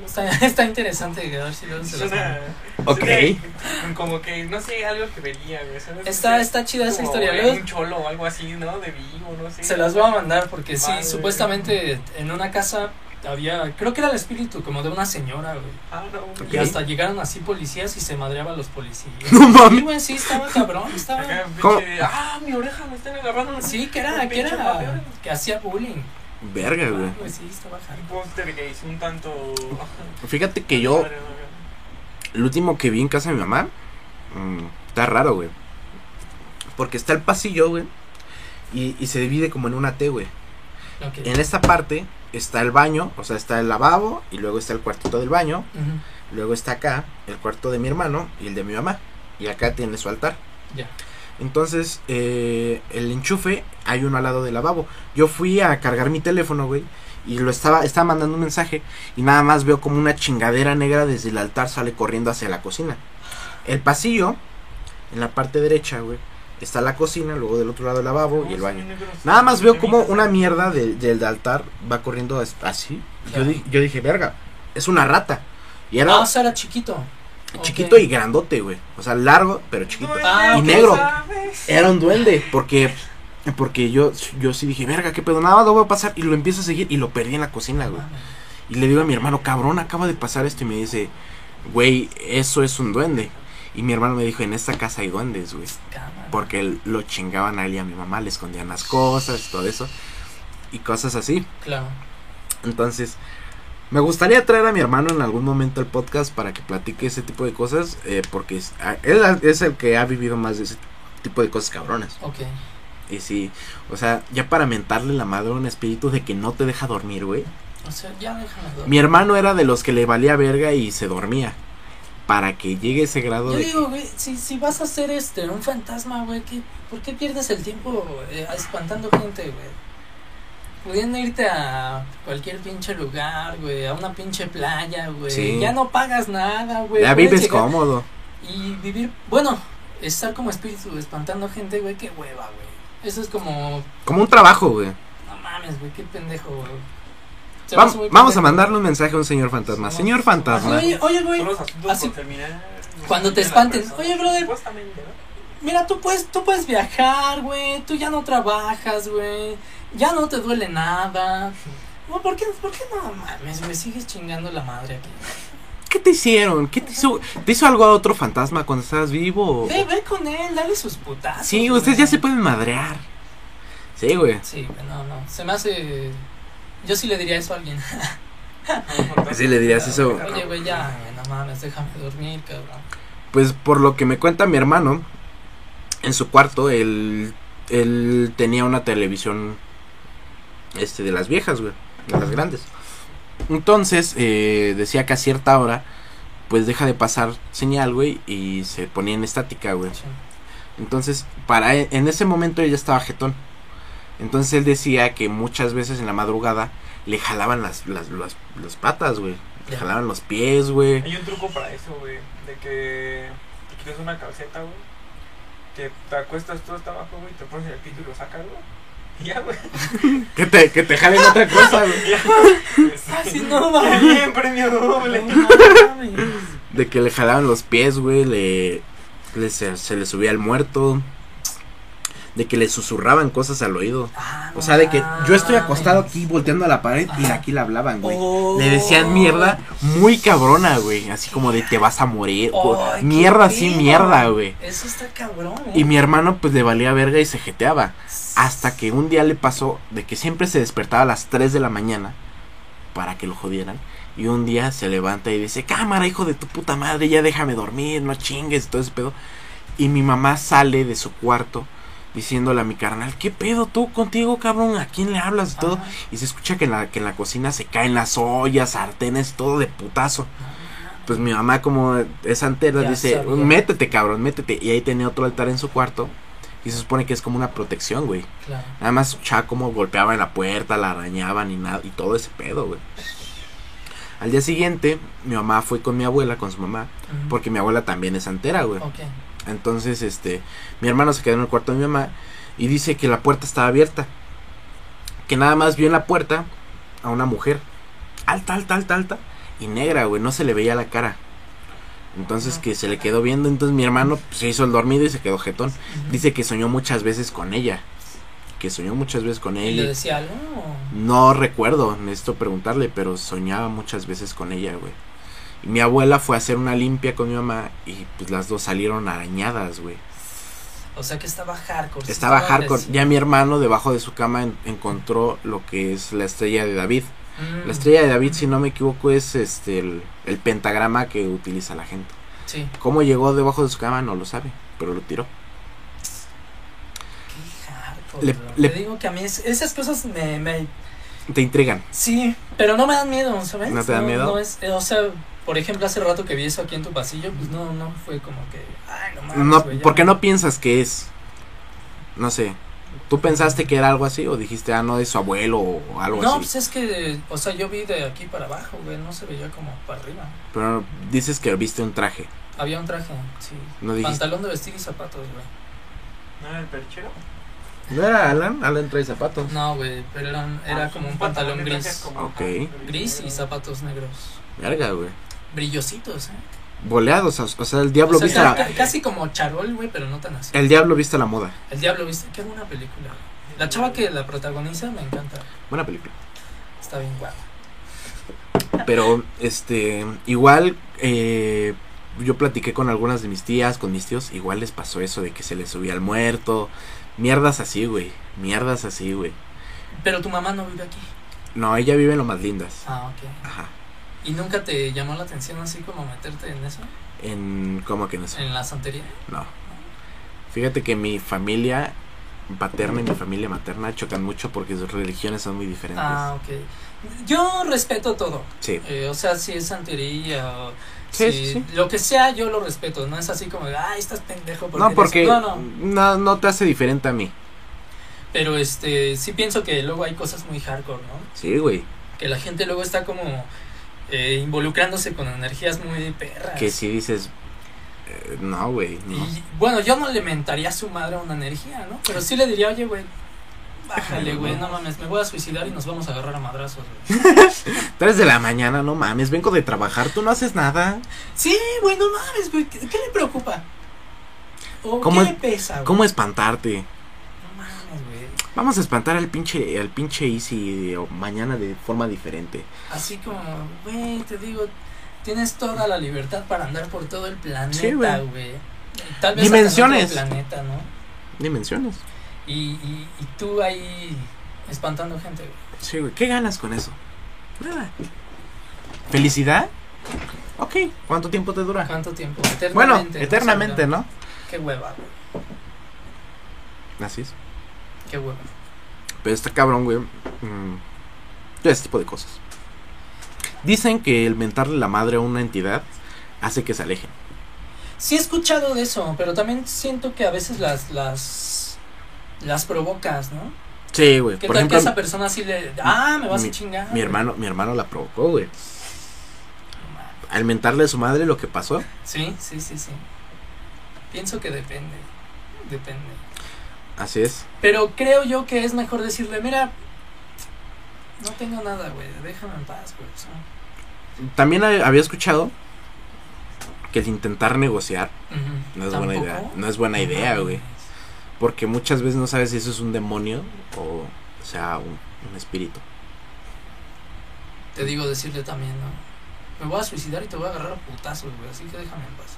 Está, está interesante, a ver si luego se las mando.
Suena-
Ok.
suena como que, no sé, algo que vería, güey. suena-
Está, está chida esa
como
historia,
en
luego
Un cholo o algo así, ¿no? De vivo, no sé.
se las voy a mandar porque sí,
Madre.
supuestamente en una casa había, creo que era el espíritu como de una señora, güey.
Ah, no, güey.
Ok.
Y hasta llegaron así policías y se madreaba a los policías.
No
Sí,
mames.
güey, sí, estaba cabrón, estaba...
Acá, pinche,
¿Cómo?
Ah, mi oreja me están agarrando.
Sí, que era, que era, que hacía bullying.
Verga, güey.
Ah, güey, sí, estaba hardcore.
Poltergeist, un tanto.
Fíjate que yo... El último que vi en casa de mi mamá. mm, está raro, güey. Porque está el pasillo, güey. Y, y se divide como en una T, güey.
Ok.
En esta parte está el baño, o sea, está el lavabo. Y luego está el cuartito del baño.
Ujú,
Luego está acá el cuarto de mi hermano y el de mi mamá. Y acá tiene su altar.
Ya.
Entonces, eh, el enchufe hay uno al lado del lavabo. Yo fui a cargar mi teléfono, güey. Y lo estaba, estaba mandando un mensaje. Y nada más veo como una chingadera negra desde el altar sale corriendo hacia la cocina. El pasillo, en la parte derecha, güey. Está la cocina, luego del otro lado el lavabo y el baño. Nada más veo como una mierda de- del altar va corriendo as- así. Yo, di- yo dije, verga, es una rata. Y era
Ah, o sea, era chiquito.
chiquito y grandote, güey. O sea, largo, pero chiquito.
Ah,
y negro. Era un duende. Porque porque yo, yo sí dije, verga, qué pedo, nada más lo voy a pasar. Y lo empiezo a seguir y lo perdí en la cocina, güey. Y le digo a mi hermano, cabrón, acaba de pasar esto. Y me dice, güey, eso es un duende. Y mi hermano me dijo, en esta casa hay duendes, güey. Porque él- lo chingaban a él y a mi mamá, le escondían las cosas y todo eso. Y cosas así.
Claro.
Entonces, me gustaría traer a mi hermano en algún momento al podcast para que platique ese tipo de cosas, eh, porque es- a- él a- es el que ha vivido más de ese tipo de cosas cabronas.
Ok.
Y sí, o sea, ya para mentarle la madre a un espíritu de que no te deja dormir, güey.
O sea, ya déjame dormir.
Mi hermano era de los que le valía verga y se dormía. Para que llegue ese grado
Yo
de...
digo, güey, si, si vas a ser este, un fantasma, güey, ¿qué- ¿por qué pierdes el tiempo eh, espantando gente, güey? Pudiendo irte a cualquier pinche lugar, güey, a una pinche playa, güey.
Sí.
Ya no pagas nada, güey.
Ya
puedes
vives
llegar
cómodo.
Y vivir, bueno, estar como espíritu espantando gente, güey, qué hueva, güey. Eso es como,
Como un trabajo, güey.
no mames, güey, qué pendejo, güey. Se me
Vam-
hace muy
vamos a
pendejo.
mandarle un mensaje a un señor fantasma.
Vamos.
Señor fantasma.
Oye, oye, güey, Así-
Así, terminar,
Cuando te
terminar las
espanten.
personas,
Oye, brother.
Supuestamente, ¿no?
Mira, tú puedes, tú puedes viajar, güey. Tú ya no trabajas, güey. Ya no te duele nada. Güey, ¿Por qué, por qué no mames, güey? Sigues chingando la madre aquí.
¿Qué te hicieron? ¿Qué te hizo? ¿Te hizo algo a otro fantasma cuando estabas vivo?
Ve, ve con él, dale sus putazos.
Sí,
güey.
ustedes ya se pueden madrear. Sí, güey.
Sí, güey, no, no. Se me hace. Yo sí le diría eso a alguien.
Así le dirías eso.
Oye, güey, ya, güey, no mames, déjame dormir, cabrón.
Pues por lo que me cuenta mi hermano, en su cuarto, él, él tenía una televisión este de las viejas, güey, de las grandes. Entonces, eh, decía que a cierta hora, pues deja de pasar señal, güey, y se ponía en estática, güey.
Sí.
Entonces, para e- en ese momento ella estaba jetón. Entonces él decía que muchas veces en la madrugada le jalaban las, las, las, las patas, güey. Le
Ya.
jalaban los pies, güey.
Hay un truco para eso, güey. De que te quites una calceta, güey. Que te acuestas tú hasta abajo, güey. Te pones el pito y lo sacas, güey. Y ya, güey.
Que te, que te jalen otra cosa, güey.
Ya.
Así Ah, no
¡Qué
mames.
Este, bien, premio doble!
No mames.
De que le jalaban los pies, güey. Le, le- se, se le subía el muerto. De que le susurraban cosas al oído.
Ah,
O sea, de que yo estoy
mames.
acostado aquí volteando a la pared y
Ajá.
aquí le hablaban, güey.
Oh.
Le decían mierda muy cabrona, güey. Así como de te vas a morir. o-
Ay, qué
mierda, sí,
pedo.
mierda, güey.
Eso está cabrón. ¿eh?
Y mi hermano pues le valía verga y se jeteaba. Hasta que un día le pasó de que siempre se despertaba a las 3 de la mañana para que lo jodieran. Y un día se levanta y dice, cámara, hijo de tu puta madre, ya déjame dormir, no chingues, todo ese pedo. Y mi mamá sale de su cuarto diciéndole a mi carnal, ¿qué pedo tú contigo, cabrón? ¿A quién le hablas? y todo.
Ajá.
Y se escucha que en, la, que en la cocina se caen las ollas, sartenes, todo de putazo. Pues mi mamá, como es antera,
Ya
dice:
sabía.
Métete, cabrón, métete. Y ahí tenía otro altar en su cuarto. Y se supone que es como una protección, güey.
Claro.
Nada más escuchaba como golpeaban la puerta, la arañaban y nada, y todo ese pedo, güey. Al día siguiente, mi mamá fue con mi abuela, con su mamá,
Ujú.
porque mi abuela también es antera, güey.
Ok.
Entonces, este, mi hermano se quedó en el cuarto de mi mamá y dice que la puerta estaba abierta. Que nada más vio en la puerta a una mujer alta, alta, alta, alta y negra, güey, no se le veía la cara. Entonces que se le quedó viendo, entonces mi hermano pues, se hizo el dormido y se quedó jetón. Dice que soñó muchas veces con ella. Que soñó muchas veces con
¿Y le
ella.
decía algo? o?
No recuerdo, necesito preguntarle, pero soñaba muchas veces con ella, güey. Y mi abuela fue a hacer una limpia con mi mamá y pues las dos salieron arañadas, güey.
O sea que estaba hardcore. sí
Estaba hardcore.
agresivo.
Ya mi hermano debajo de su cama en- encontró lo que es la estrella de David.
Mm,
La estrella de David, si no me equivoco, es este el, el pentagrama que utiliza la gente.
Sí.
¿Cómo llegó debajo de su cama? No lo sabe, pero lo tiró.
Qué hardcore.
Le-
bro.
le-
Te digo que a mí es- esas cosas me, me.
Te intrigan.
Sí, pero no me dan miedo, ¿sabes?
¿No te dan miedo?
no es, eh, o sea, por ejemplo, hace rato que vi eso aquí en tu pasillo, pues no, no fue como que. Ay, no mames.
No,
pues, güey, ya
¿Por qué no piensas que es? No sé. ¿Tú pensaste que era algo así o dijiste, ah, no, es su abuelo o algo
No,
así?
pues es que, o sea, yo vi de aquí para abajo, güey, no se veía como para arriba.
Pero dices que viste un traje.
Había un traje, sí.
No dijiste.
Pantalón de vestir y zapatos, güey.
¿No era el perchero?
¿No era Alan? Alan trae zapatos.
No, güey, pero eran- era como Ah, un pantalón gris.
Ok.
Gris y zapatos negros.
Verga, güey.
Brillositos, ¿eh?
Boleados, o sea, el diablo
O sea,
viste
ca-
la-
ca- casi como charol, güey, pero no tan así.
El diablo viste la moda.
El Diablo, ¿viste? Qué buena película. güey. La chava que la protagoniza me encanta.
Buena película.
Está bien guapa.
Pero, este, igual, eh, yo platiqué con algunas de mis tías, con mis tíos, igual les pasó eso de que se les subía al muerto. Mierdas así, güey. Mierdas así, güey.
Pero tu mamá no vive aquí.
No, ella vive en lo más lindas.
Ah, ok.
Ajá.
¿Y nunca te llamó la atención así como meterte en eso?
En, ¿cómo que en eso?
¿En la santería?
No. Fíjate que mi familia paterna y mi familia materna chocan mucho porque sus religiones son muy diferentes.
Ah, ok. Yo respeto todo.
Sí.
Eh, o sea, si es santería o...
Sí,
si-
sí, sí.
Lo que sea, yo lo respeto. No es así como, de, ay, estás pendejo. Porque
No,
eres-".
porque
No, no.
no, no te hace diferente a mí.
Pero este, sí pienso que luego hay cosas muy hardcore, ¿no?
Sí, güey.
Que la gente luego está como eh, involucrándose con energías muy perras.
Que si dices, eh, no, güey, no.
Y bueno, yo no le mentaría a su madre una energía, ¿no? Pero sí le diría, oye, güey, bájale, güey, no mames, me voy a suicidar y nos vamos a agarrar a madrazos, güey.
3 de la mañana, no mames, vengo de trabajar, tú no haces nada.
Sí, güey, no mames, güey, ¿qué, qué le preocupa? ¿O
¿Cómo
qué
es-
le pesa, güey?
¿Cómo espantarte?
No mames, güey.
Vamos a espantar al pinche, al pinche Easy de- o mañana de forma diferente.
Así como, güey, te digo, tienes toda la libertad para andar por todo el
Sí,
planeta,
güey.
güey. Tal vez hasta en otro
Dimensiones.
planeta, ¿no?
Dimensiones.
Y, y, y tú ahí espantando gente, güey.
Sí, güey. ¿Qué ganas con eso? Nada. ¿Felicidad? Ok. ¿Cuánto tiempo te dura?
¿Cuánto tiempo?
Bueno,
Eternamente. ¿no?
eternamente, ¿no?
Qué hueva, güey.
Así es.
Qué huevo.
Pero está cabrón, güey. Mm, ese tipo de cosas. Dicen que el mentarle la madre a una entidad hace que se alejen.
Sí he escuchado de eso, pero también siento que a veces las las las provocas, ¿no?
Sí, güey.
¿Qué
Por
tal
ejemplo,
que esa persona sí le ah, me vas
mi-
a chingar?
mi hermano, mi hermano la provocó, güey. Al mentarle a su madre lo que pasó.
Sí, sí, sí, sí. Pienso que depende. Depende.
Así es.
Pero creo yo que es mejor decirle, mira, no tengo nada, güey, déjame en paz, güey. o sea".
También hab- había escuchado que el intentar negociar
Ujú.
no es buena
¿Tampoco?
idea. No es buena idea, güey. Porque muchas veces no sabes si eso es un demonio o, o sea un, un espíritu.
Te digo decirle también, ¿no? Me voy a suicidar y te voy a agarrar a putazos, güey, así que déjame en paz.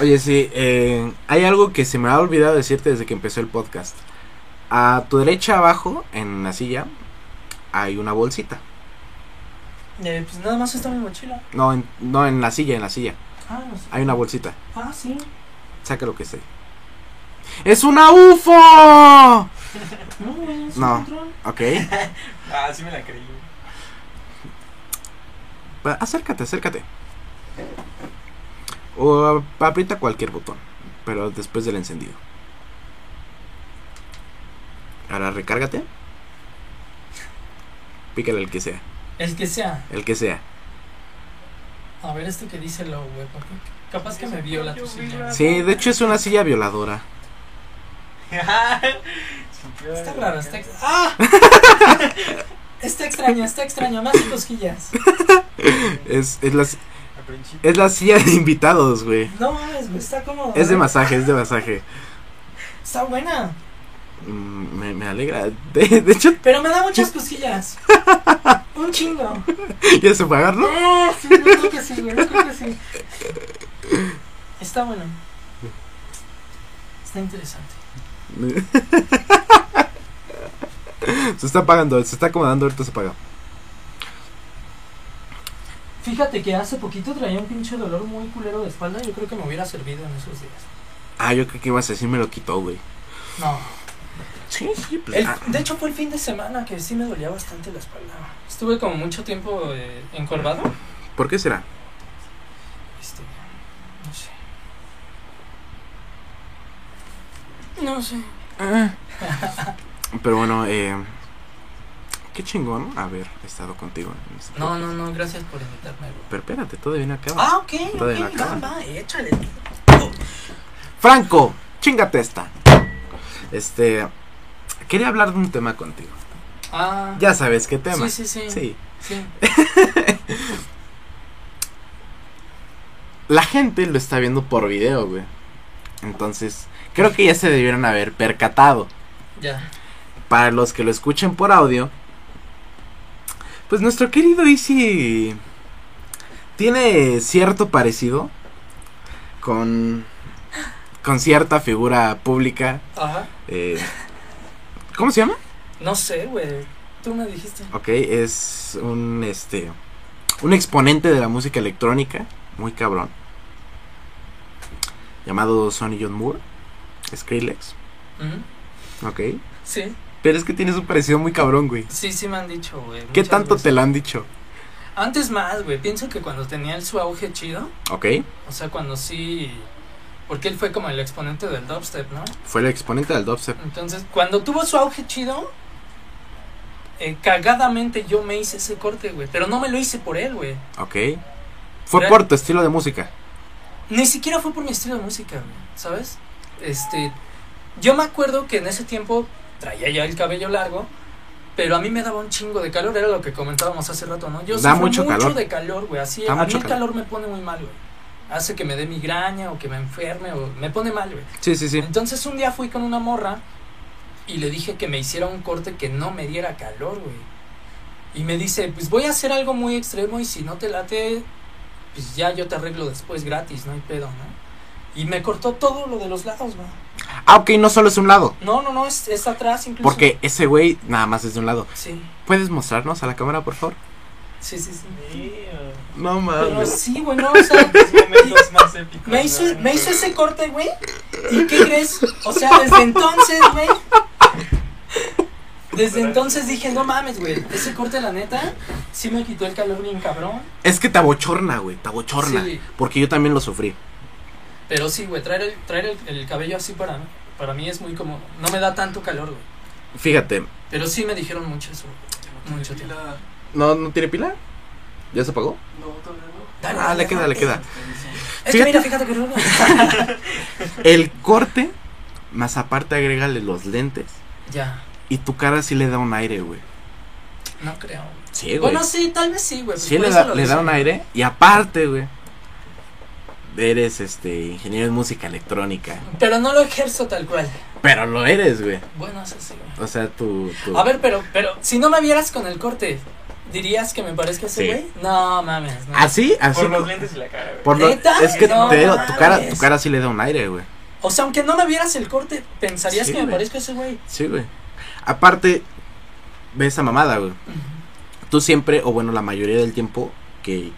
Oye, sí, eh, hay algo que se me ha olvidado decirte desde que empezó el podcast. A tu derecha abajo, en la silla, hay una bolsita.
Eh, pues nada más está mi mochila.
No, en, no, en la silla, en la silla.
Ah, no sé.
Hay una bolsita.
Ah, sí.
Saca lo que esté. ¡Es una UFO!
No, güey, es
No.
un control.
Ok.
Ah, sí me la creí.
Va, Acércate, acércate. O ap- aprieta cualquier botón, pero después del encendido. Ahora recárgate. Pícale el que sea,
El que sea.
el que sea.
A ver, esto que dice lo, güey, porque capaz que me viola tu silla.
Sí, de hecho es una silla violadora.
Está raro, está ex- ¡Ah! está extraña, está extraña, más cosquillas.
Es, es, la, es la silla de invitados, güey.
No mames, güey, está cómodo.
Es de
¿eh?
masaje, es de masaje.
Está buena.
Mm, Me, me alegra. De, de hecho,
Pero me da muchas cosquillas. Un chingo.
ya se pagaron.
Ah, sí, yo creo que sí, güey. Yo creo que sí. Está bueno. Está interesante.
Se está apagando, se está acomodando, ahorita se apaga.
Fíjate que hace poquito traía un pinche dolor muy culero de espalda. Yo creo que me hubiera servido en esos días.
Ah, yo creo que ibas a decir me lo quitó, güey.
No.
Sí, sí, pues,
El-
ah.
de hecho, fue el fin de semana que sí me dolía bastante la espalda. Estuve como mucho tiempo eh, encorvado.
¿Por qué será?
Este, no sé. No sé.
Pero bueno, eh, qué chingón haber estado contigo. en este
No,
podcast.
no, no, gracias por invitarme, güey.
Pero espérate, todavía no acaba.
Ah, ok,
Todavía no
ok, va,
acaba.
va, eh. échale.
Franco, chingate esta. Este, quería hablar de un tema contigo.
Ah,
Ya sabes qué tema.
Sí, sí, sí.
Sí.
sí.
La gente lo está viendo por video, güey. Entonces, creo que ya se debieron haber percatado.
Ya.
Para los que lo escuchen por audio, pues nuestro querido Easy tiene cierto parecido con, con cierta figura pública.
Ajá.
eh, ¿Cómo se llama?
No sé, güey. Tú me dijiste.
Ok, es un, este, un exponente de la música electrónica, muy cabrón, llamado Sonny John Moore, Skrillex,
Ujú.
ok.
Sí,
Pero es que tienes un parecido muy cabrón, güey.
sí, sí me han dicho, güey.
¿Qué
muchas
tanto te
veces.
lo han dicho?
Antes más, güey. Pienso que cuando tenía el su auge chido,
Ok,
o sea, cuando sí. Porque él fue como el exponente del dubstep, ¿no?
fue el exponente del dubstep.
Entonces, cuando tuvo su auge chido, eh, cagadamente yo me hice ese corte, güey. Pero no me lo hice por él, güey.
Ok. Fue
Real-
por tu estilo de música.
Ni siquiera fue por mi estilo de música, güey, ¿sabes? Este, yo me acuerdo que en ese tiempo traía ya el cabello largo, pero a mí me daba un chingo de calor, era lo que comentábamos hace rato, ¿no? Yo
Da
sufro
mucho calor.
de calor, güey, así
Da
a mí
mucho
el calor me pone muy mal, güey. Hace que me dé migraña o que me enferme o me pone mal, güey.
Sí, sí, sí.
Entonces un día fui con una morra y le dije que me hiciera un corte que no me diera calor, güey. Y me dice, pues voy a hacer algo muy extremo y si no te late, pues ya yo te arreglo después gratis, no hay pedo, ¿no? Y me cortó todo lo de los lados, güey.
Ah, ok, no solo es un lado.
No, no, no, es, es atrás incluso.
Porque ese güey nada más es de un lado.
Sí,
¿Puedes mostrarnos a la cámara, por favor?
sí, sí, sí.
No
Pero
mames.
sí, güey, no, o sea,
Los momentos más épicos.
me hizo,
¿no?
me hizo ese corte, güey. ¿Y qué crees? O sea, desde entonces, güey. Desde entonces dije, no mames, güey. Ese corte, la neta, sí me quitó el calor bien cabrón.
Es que tabochorna, güey, tabochorna.
Sí.
Porque yo también lo sufrí.
Pero sí, güey, traer, el, traer el, el cabello así para, para mí es muy cómodo. No me da tanto calor, güey.
Fíjate,
Pero sí me dijeron mucho eso. Mucho tiempo.
Ah, ¿no, no tiene pila? ¿Ya se apagó?
No, todavía no.
Dale,
Ah, le queda, le queda.
Es que mira, fíjate que no.
El corte, más aparte agrégale los lentes.
Ya,
Y tu cara sí le da un aire, güey.
no creo.
Sí, Eh, güey.
Bueno, sí, tal vez sí, güey. pues
sí
por
le
eso
da,
lo
le
hice.
da un aire. Y aparte, güey. Eres este ingeniero en música electrónica.
Pero no lo ejerzo tal cual.
Pero lo eres, güey.
Bueno, eso sí, güey.
O sea, tu. tu-
A ver, pero, pero, si no me vieras con el corte, ¿dirías que me parezco a ese
Sí.
güey? No, mames, no.
Así, así.
Por los lentes y la cara, güey.
por lo-
¿Neta?
es que
No
te digo, tu cara, tu
mames.
cara sí le da un aire, güey.
O sea, aunque no me vieras el corte, ¿pensarías
Sí,
que me
güey.
parezco a ese güey?
Sí, güey. Aparte, ve esa mamada, güey. Tú siempre, o bueno, la mayoría del tiempo que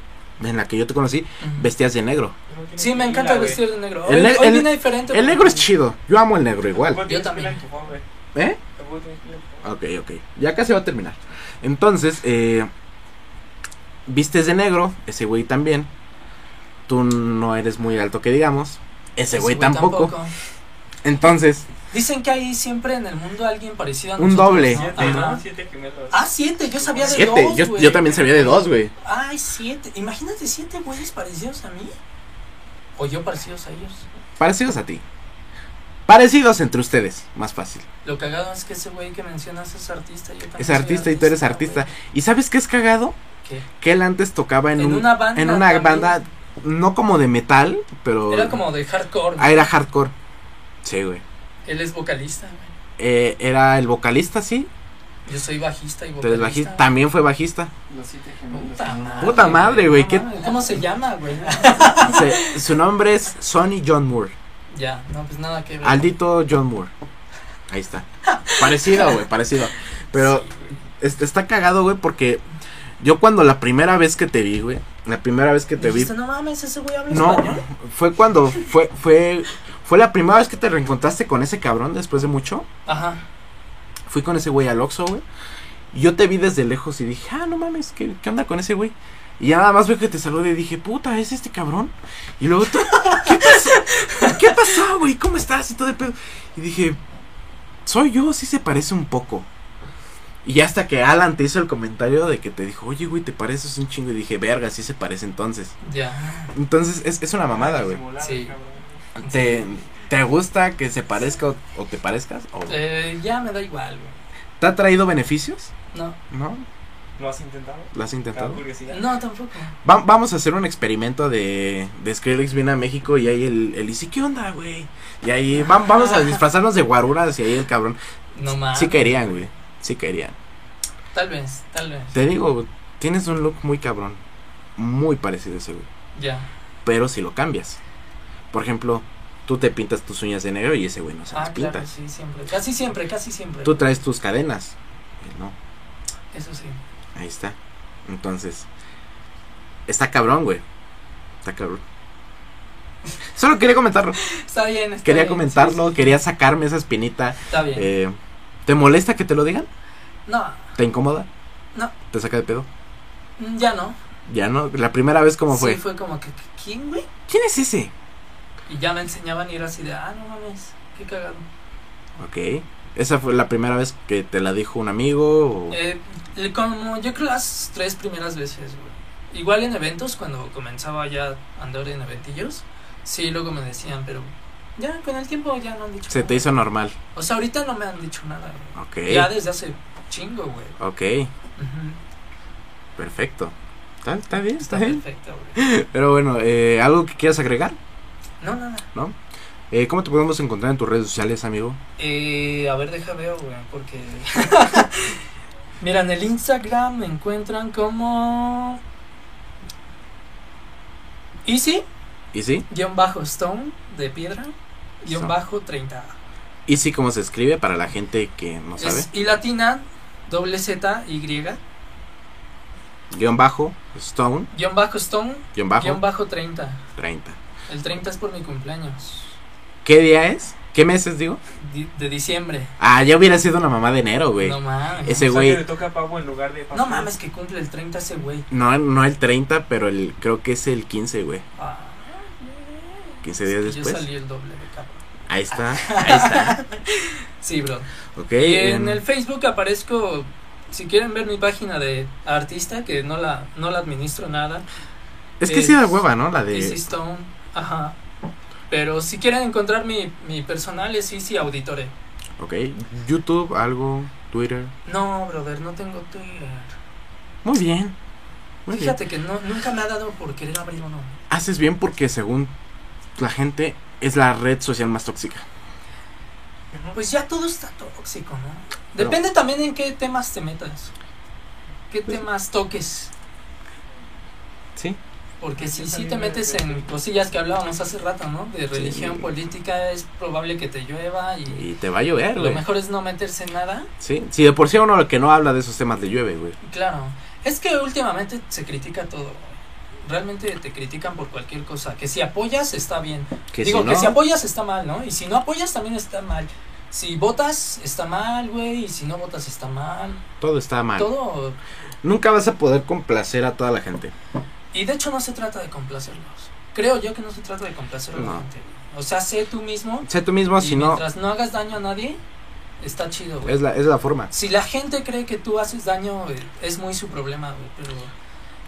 en la que yo te conocí, vestías de negro.
Sí, me encanta
Mira, güey.
vestir de negro. Hoy,
El ne-
hoy
el-
vine diferente.
El
porque-
negro es chido. Yo amo el negro igual.
Tampoco tienes
también.
pila en tu phone, güey.
¿Eh?
Tampoco tienes pila en tu phone.
Ok, ok. Ya casi va a terminar. Entonces, eh, vistes de negro, ese güey también. Tú no eres muy alto que digamos. Ese güey tampoco. Entonces,
Dicen que hay siempre en el mundo alguien parecido a
Un
nosotros.
doble.
¿no?
Siete,
Ajá.
¿no? Siete gemelos.
Eh, Ah, siete, yo sabía de
siete.
dos,
yo,
güey.
yo también sabía de dos, güey.
Ay, siete. Imagínate siete güeyes parecidos a mí. O yo parecidos a ellos.
Parecidos a ti. Parecidos entre ustedes, más fácil.
Lo cagado es que ese güey que mencionas es artista. Yo también
Es
soy
artista y tú eres artista.
güey.
¿Y sabes qué es cagado?
¿Qué?
Que él antes tocaba en,
En
un-
una banda
en una
también.
banda no como de metal, pero
Era como de hardcore.
ah, era hardcore. Sí, güey.
Él es vocalista, güey.
Eh, era el vocalista, sí.
Yo soy bajista y
Tú eres
vocalista.
bajista. También fue bajista.
Los siete gemelos.
Puta madre.
Puta madre, güey. ¿qué-
No, ¿Cómo se llama, güey?
se- su nombre es Sonny John Moore.
ya, no, pues nada que ver.
Aldito John Moore. Ahí está. Parecido, güey, parecido. Pero es- está cagado, güey, porque yo cuando la primera vez que te vi, güey, la primera vez que te vi
Dijiste, no mames, ese güey habla
No,
español.
fue cuando fue fue fue la primera vez que te reencontraste con ese cabrón después de mucho.
Ajá.
Fui con ese güey al Oxxo, güey. Y Yo te vi desde lejos y dije, "Ah, no mames, ¿qué, qué onda con ese güey?" Y ya nada más veo que te saludé y dije, "Puta, es este cabrón." Y luego tú, "¿Qué pasó? ¿Qué pasó, güey? ¿Cómo estás?" y todo el pedo. Y dije, "Soy yo, sí se parece un poco." Y ya hasta que Alan te hizo el comentario de que te dijo, "Oye, güey, te pareces un chingo." Y dije, "Verga, sí se parece entonces."
Ya.
Entonces es, es una mamada, güey.
Simulado,
Ah, Sí.
cabrón.
¿Te, te gusta que se parezca o, o te parezcas? ¿O
Eh, ya me da igual, güey.
¿Te ha traído beneficios?
No,
¿No?
¿Lo has intentado? Ah,
¿Lo has intentado?
Cada curiosidad.
no, tampoco.
Va- vamos a hacer un experimento de, de Skrillex viene a México y ahí el, el Izzy, ¿qué onda, güey? Y ahí va- vamos a disfrazarnos de guaruras y ahí el cabrón.
No mames.
Sí querían, güey. Sí querían.
Tal vez, tal vez.
Te digo, tienes un look muy cabrón. Muy parecido a ese, güey.
Ya.
Pero si lo cambias. Por ejemplo, tú te pintas tus uñas de negro y ese güey no se las
Ah,
pinta.
claro, sí, siempre. Casi siempre, casi siempre.
Tú traes tus cadenas. Él no.
Eso sí.
Ahí está. Entonces, está cabrón, güey. Está cabrón. Solo quería comentarlo.
Está bien, está
Quería
bien,
comentarlo, quería sacarme esa espinita.
sí, sí, Está bien.
Eh, ¿Te molesta que te lo digan?
No,
¿Te incomoda?
No.
¿Te saca de pedo?
mm, ya no.
Ya no. La primera vez, ¿cómo fue?
Sí, fue como que, que, ¿quién, güey?
¿Quién es ese?
Y ya me enseñaban y era así de, ah, no mames, qué cagado.
Ok. ¿Esa fue la primera vez que te la dijo un amigo? o-
Eh, eh, como yo creo las tres primeras veces, güey. Igual en eventos, cuando comenzaba ya a andar en eventillos, sí, luego me decían, pero ya con el tiempo ya no han dicho
Se
nada.
te hizo normal.
O sea, ahorita no me han dicho nada, güey.
Ok.
Ya desde hace chingo, güey.
Ok.
Ujú,
Perfecto. Está, está bien, está
Está
bien.
perfecto, güey.
Pero bueno, eh, ¿algo que quieras agregar?
No, nada.
Eh, ¿Cómo te podemos encontrar en tus redes sociales, amigo?
Eh, a ver, deja veo, güey, porque... Mira, en el Instagram me encuentran como... Easy,
¿Y sí?
guión bajo, stone, de piedra, guión
Stone.
bajo, 30.
¿Y sí cómo se escribe para la gente que no sabe?
Es y latina, doble Z, Y.
guión bajo, Stone,
Guión bajo Stone,
guión bajo,
guión bajo 30.
30.
El 30 es por mi cumpleaños.
¿Qué día es? ¿Qué meses digo?
Di- de diciembre.
Ah, ya hubiera sido una mamá de enero, güey.
No mames.
Ese
O sea, que
güey.
le toca a Pavo en lugar de
No mames que cumple el 30 ese güey.
No, no el 30, pero el creo que es el 15, güey.
Ah,
15 días
yo
después.
salí el doble de cabrón.
Ahí está, ahí está.
Sí, bro.
Ok.
Y en
em,
el Facebook aparezco. Si quieren ver mi página de artista, que no la, no la administro nada,
es que sí da
es-
hueva, ¿no? La
Easy
de.
Stone, ajá. Pero si quieren encontrar mi, mi personal es Easy Auditore.
Ok. YouTube, algo, Twitter.
No, brother, no tengo Twitter.
Muy bien. Muy bien.
Fíjate que no, nunca me ha dado por querer abrir uno.
Haces bien porque según la gente es la red social más tóxica.
Pues ya todo está tóxico, ¿no? Depende también en qué temas te metas. ¿Qué
Pues
temas toques?
Sí.
Porque si
Yo
sí
también
te
me
metes
meto.
en cosillas que hablábamos hace rato, ¿no? De religión,
Sí.
política, es probable que te llueva y
Y te va a llover,
lo
güey.
mejor es no meterse en nada.
Sí. Si de por sí a uno que no habla de esos temas le llueve, güey.
Claro, es que últimamente se critica todo. Realmente te critican por cualquier cosa. Que si apoyas está bien.
Que
Digo,
si
que
no-
si apoyas está mal, ¿no? Y si no apoyas también está mal. Si votas está mal, güey. Y si no votas está mal.
Todo está mal.
Todo.
Nunca vas a poder complacer a toda la gente.
Y de hecho no se trata de complacerlos. Creo yo que no se trata de complacer a la
No.
gente. O sea, sé tú mismo.
Sé tú mismo,
y
si no,
mientras no hagas daño a nadie, está chido, güey.
es la, es la forma.
Si la gente cree que tú haces daño, eh, es muy su problema, güey, pero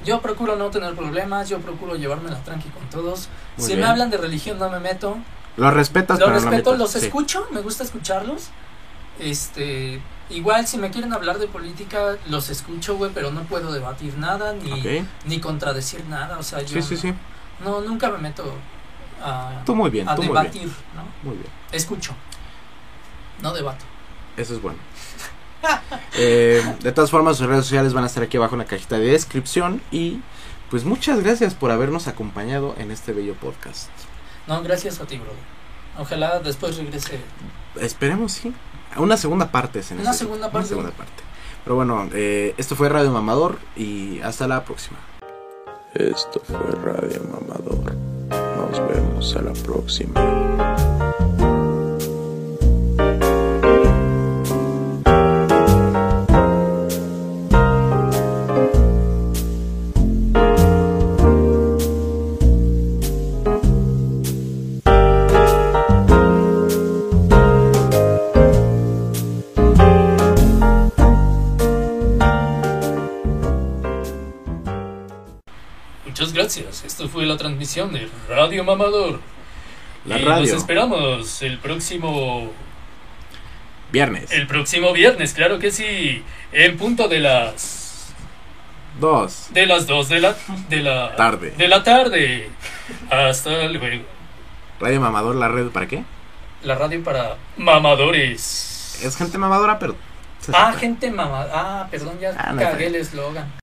yo procuro no tener problemas, yo procuro llevármela tranqui con todos.
Muy
si
bien.
me hablan de religión no me meto.
Los respetas,
Los
pero no
respeto,
metas.
los
Sí.
escucho, me gusta escucharlos. Este, igual si me quieren hablar de política, los escucho, güey, pero no puedo debatir nada ni
Ok.
ni contradecir nada, o sea,
Sí,
yo
sí, sí.
no nunca me meto a,
Tú muy bien,
a
tú muy bien.
debatir, ¿no?
Muy bien.
Escucho. No debato.
Eso es bueno. Eh, de todas formas, sus redes sociales van a estar aquí abajo en la cajita de descripción. Y pues muchas gracias por habernos acompañado en este bello podcast.
No, gracias a ti, brother. Ojalá después regrese
Esperemos, sí. Una segunda parte se
Una
necesita,
segunda parte.
segunda parte. Pero bueno, eh, esto fue Radio Mamador y hasta la próxima.
Esto fue Radio Mamador. Nos vemos a la próxima.
Muchas gracias. Esto fue la transmisión de Radio Mamador.
La
Y
radio.
Nos esperamos el próximo
Viernes.
el próximo viernes, claro que sí, en punto de las
Dos.
de las 2 de la de la
Tarde.
De la tarde. Hasta luego.
Radio Mamador, la red, ¿para qué?
la radio para...
Mamadores.
Es gente mamadora, pero...
Ah, gente mamá. Ah, perdón, ya
Ah, no, está
cagué el eslogan.